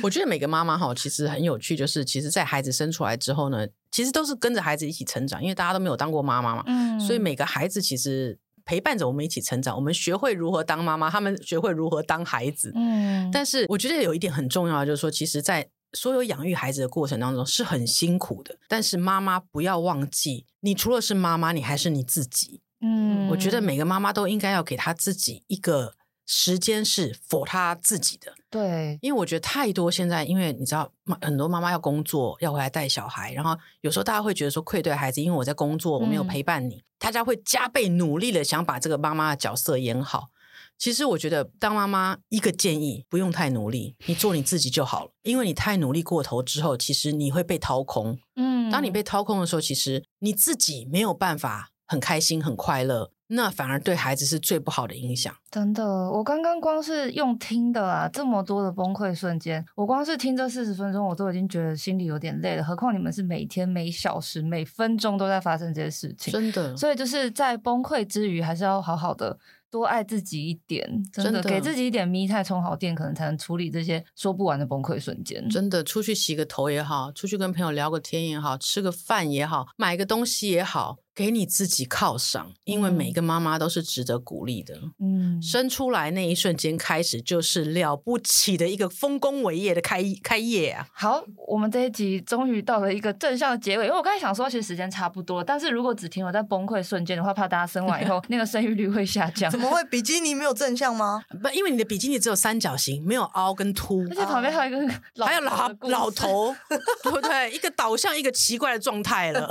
S3: 我觉得每个妈妈哈，其实很有趣，就是其实，在孩子生出来之后呢，其实都是跟着孩子一起成长，因为大家都没有当过妈妈嘛，
S2: 嗯
S3: 所以每个孩子其实陪伴着我们一起成长，我们学会如何当妈妈，他们学会如何当孩子。
S2: 嗯，
S3: 但是我觉得有一点很重要的，就是说，其实，在所有养育孩子的过程当中是很辛苦的，但是妈妈不要忘记，你除了是妈妈，你还是你自己。
S2: 嗯
S3: 我觉得每个妈妈都应该要给她自己一个时间是 for 她自己的。
S2: 对，
S3: 因为我觉得太多现在，因为你知道，妈很多妈妈要工作，要回来带小孩，然后有时候大家会觉得说愧对孩子，因为我在工作，我没有
S2: 嗯
S3: 陪伴你，大家会加倍努力的想把这个妈妈的角色演好。其实我觉得当妈妈一个建议，不用太努力，你做你自己就好了。因为你太努力过头之后，其实你会被掏空。
S2: 嗯
S3: 当你被掏空的时候，其实你自己没有办法很开心、很快乐，那反而对孩子是最不好的影响。
S2: 真的，我刚刚光是用听的啊，这么多的崩溃瞬间，我光是听这四十分钟，我都已经觉得心里有点累了，何况你们是每天、每小时、每分钟都在发生这些事情，
S3: 真的，
S2: 所以就是在崩溃之余，还是要好好的。多爱自己一点，真的
S3: 真的
S2: 给自己一点咪太充好电，可能才能处理这些说不完的崩溃瞬间。
S3: 真的，出去洗个头也好，出去跟朋友聊个天也好，吃个饭也好，买个东西也好，给你自己犒赏，因为
S2: 嗯
S3: 每个妈妈都是值得鼓励的。
S2: 嗯，
S3: 生出来那一瞬间开始，就是了不起的一个丰功伟业的开开业啊！
S2: 好，我们这一集终于到了一个正向的结尾，因为我刚才想说，其实时间差不多，但是如果只停留在崩溃瞬间的话，怕大家生完以 后那个生育率会下降
S4: 怎。么会比基尼没有正向吗？
S3: 不，因为你的比基尼只有三角形，没有凹跟凸
S2: 而，且旁边还有一个老
S3: 哦还有
S2: 头
S3: 老
S2: 的故事
S3: 老。 头，对不对？一个导向，一个奇怪的状态了。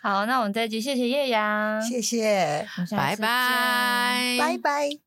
S2: 好，那我们这一集谢谢叶阳，
S4: 谢谢，
S2: 我们下
S3: 拜
S2: 次见
S3: 拜，
S4: 拜拜。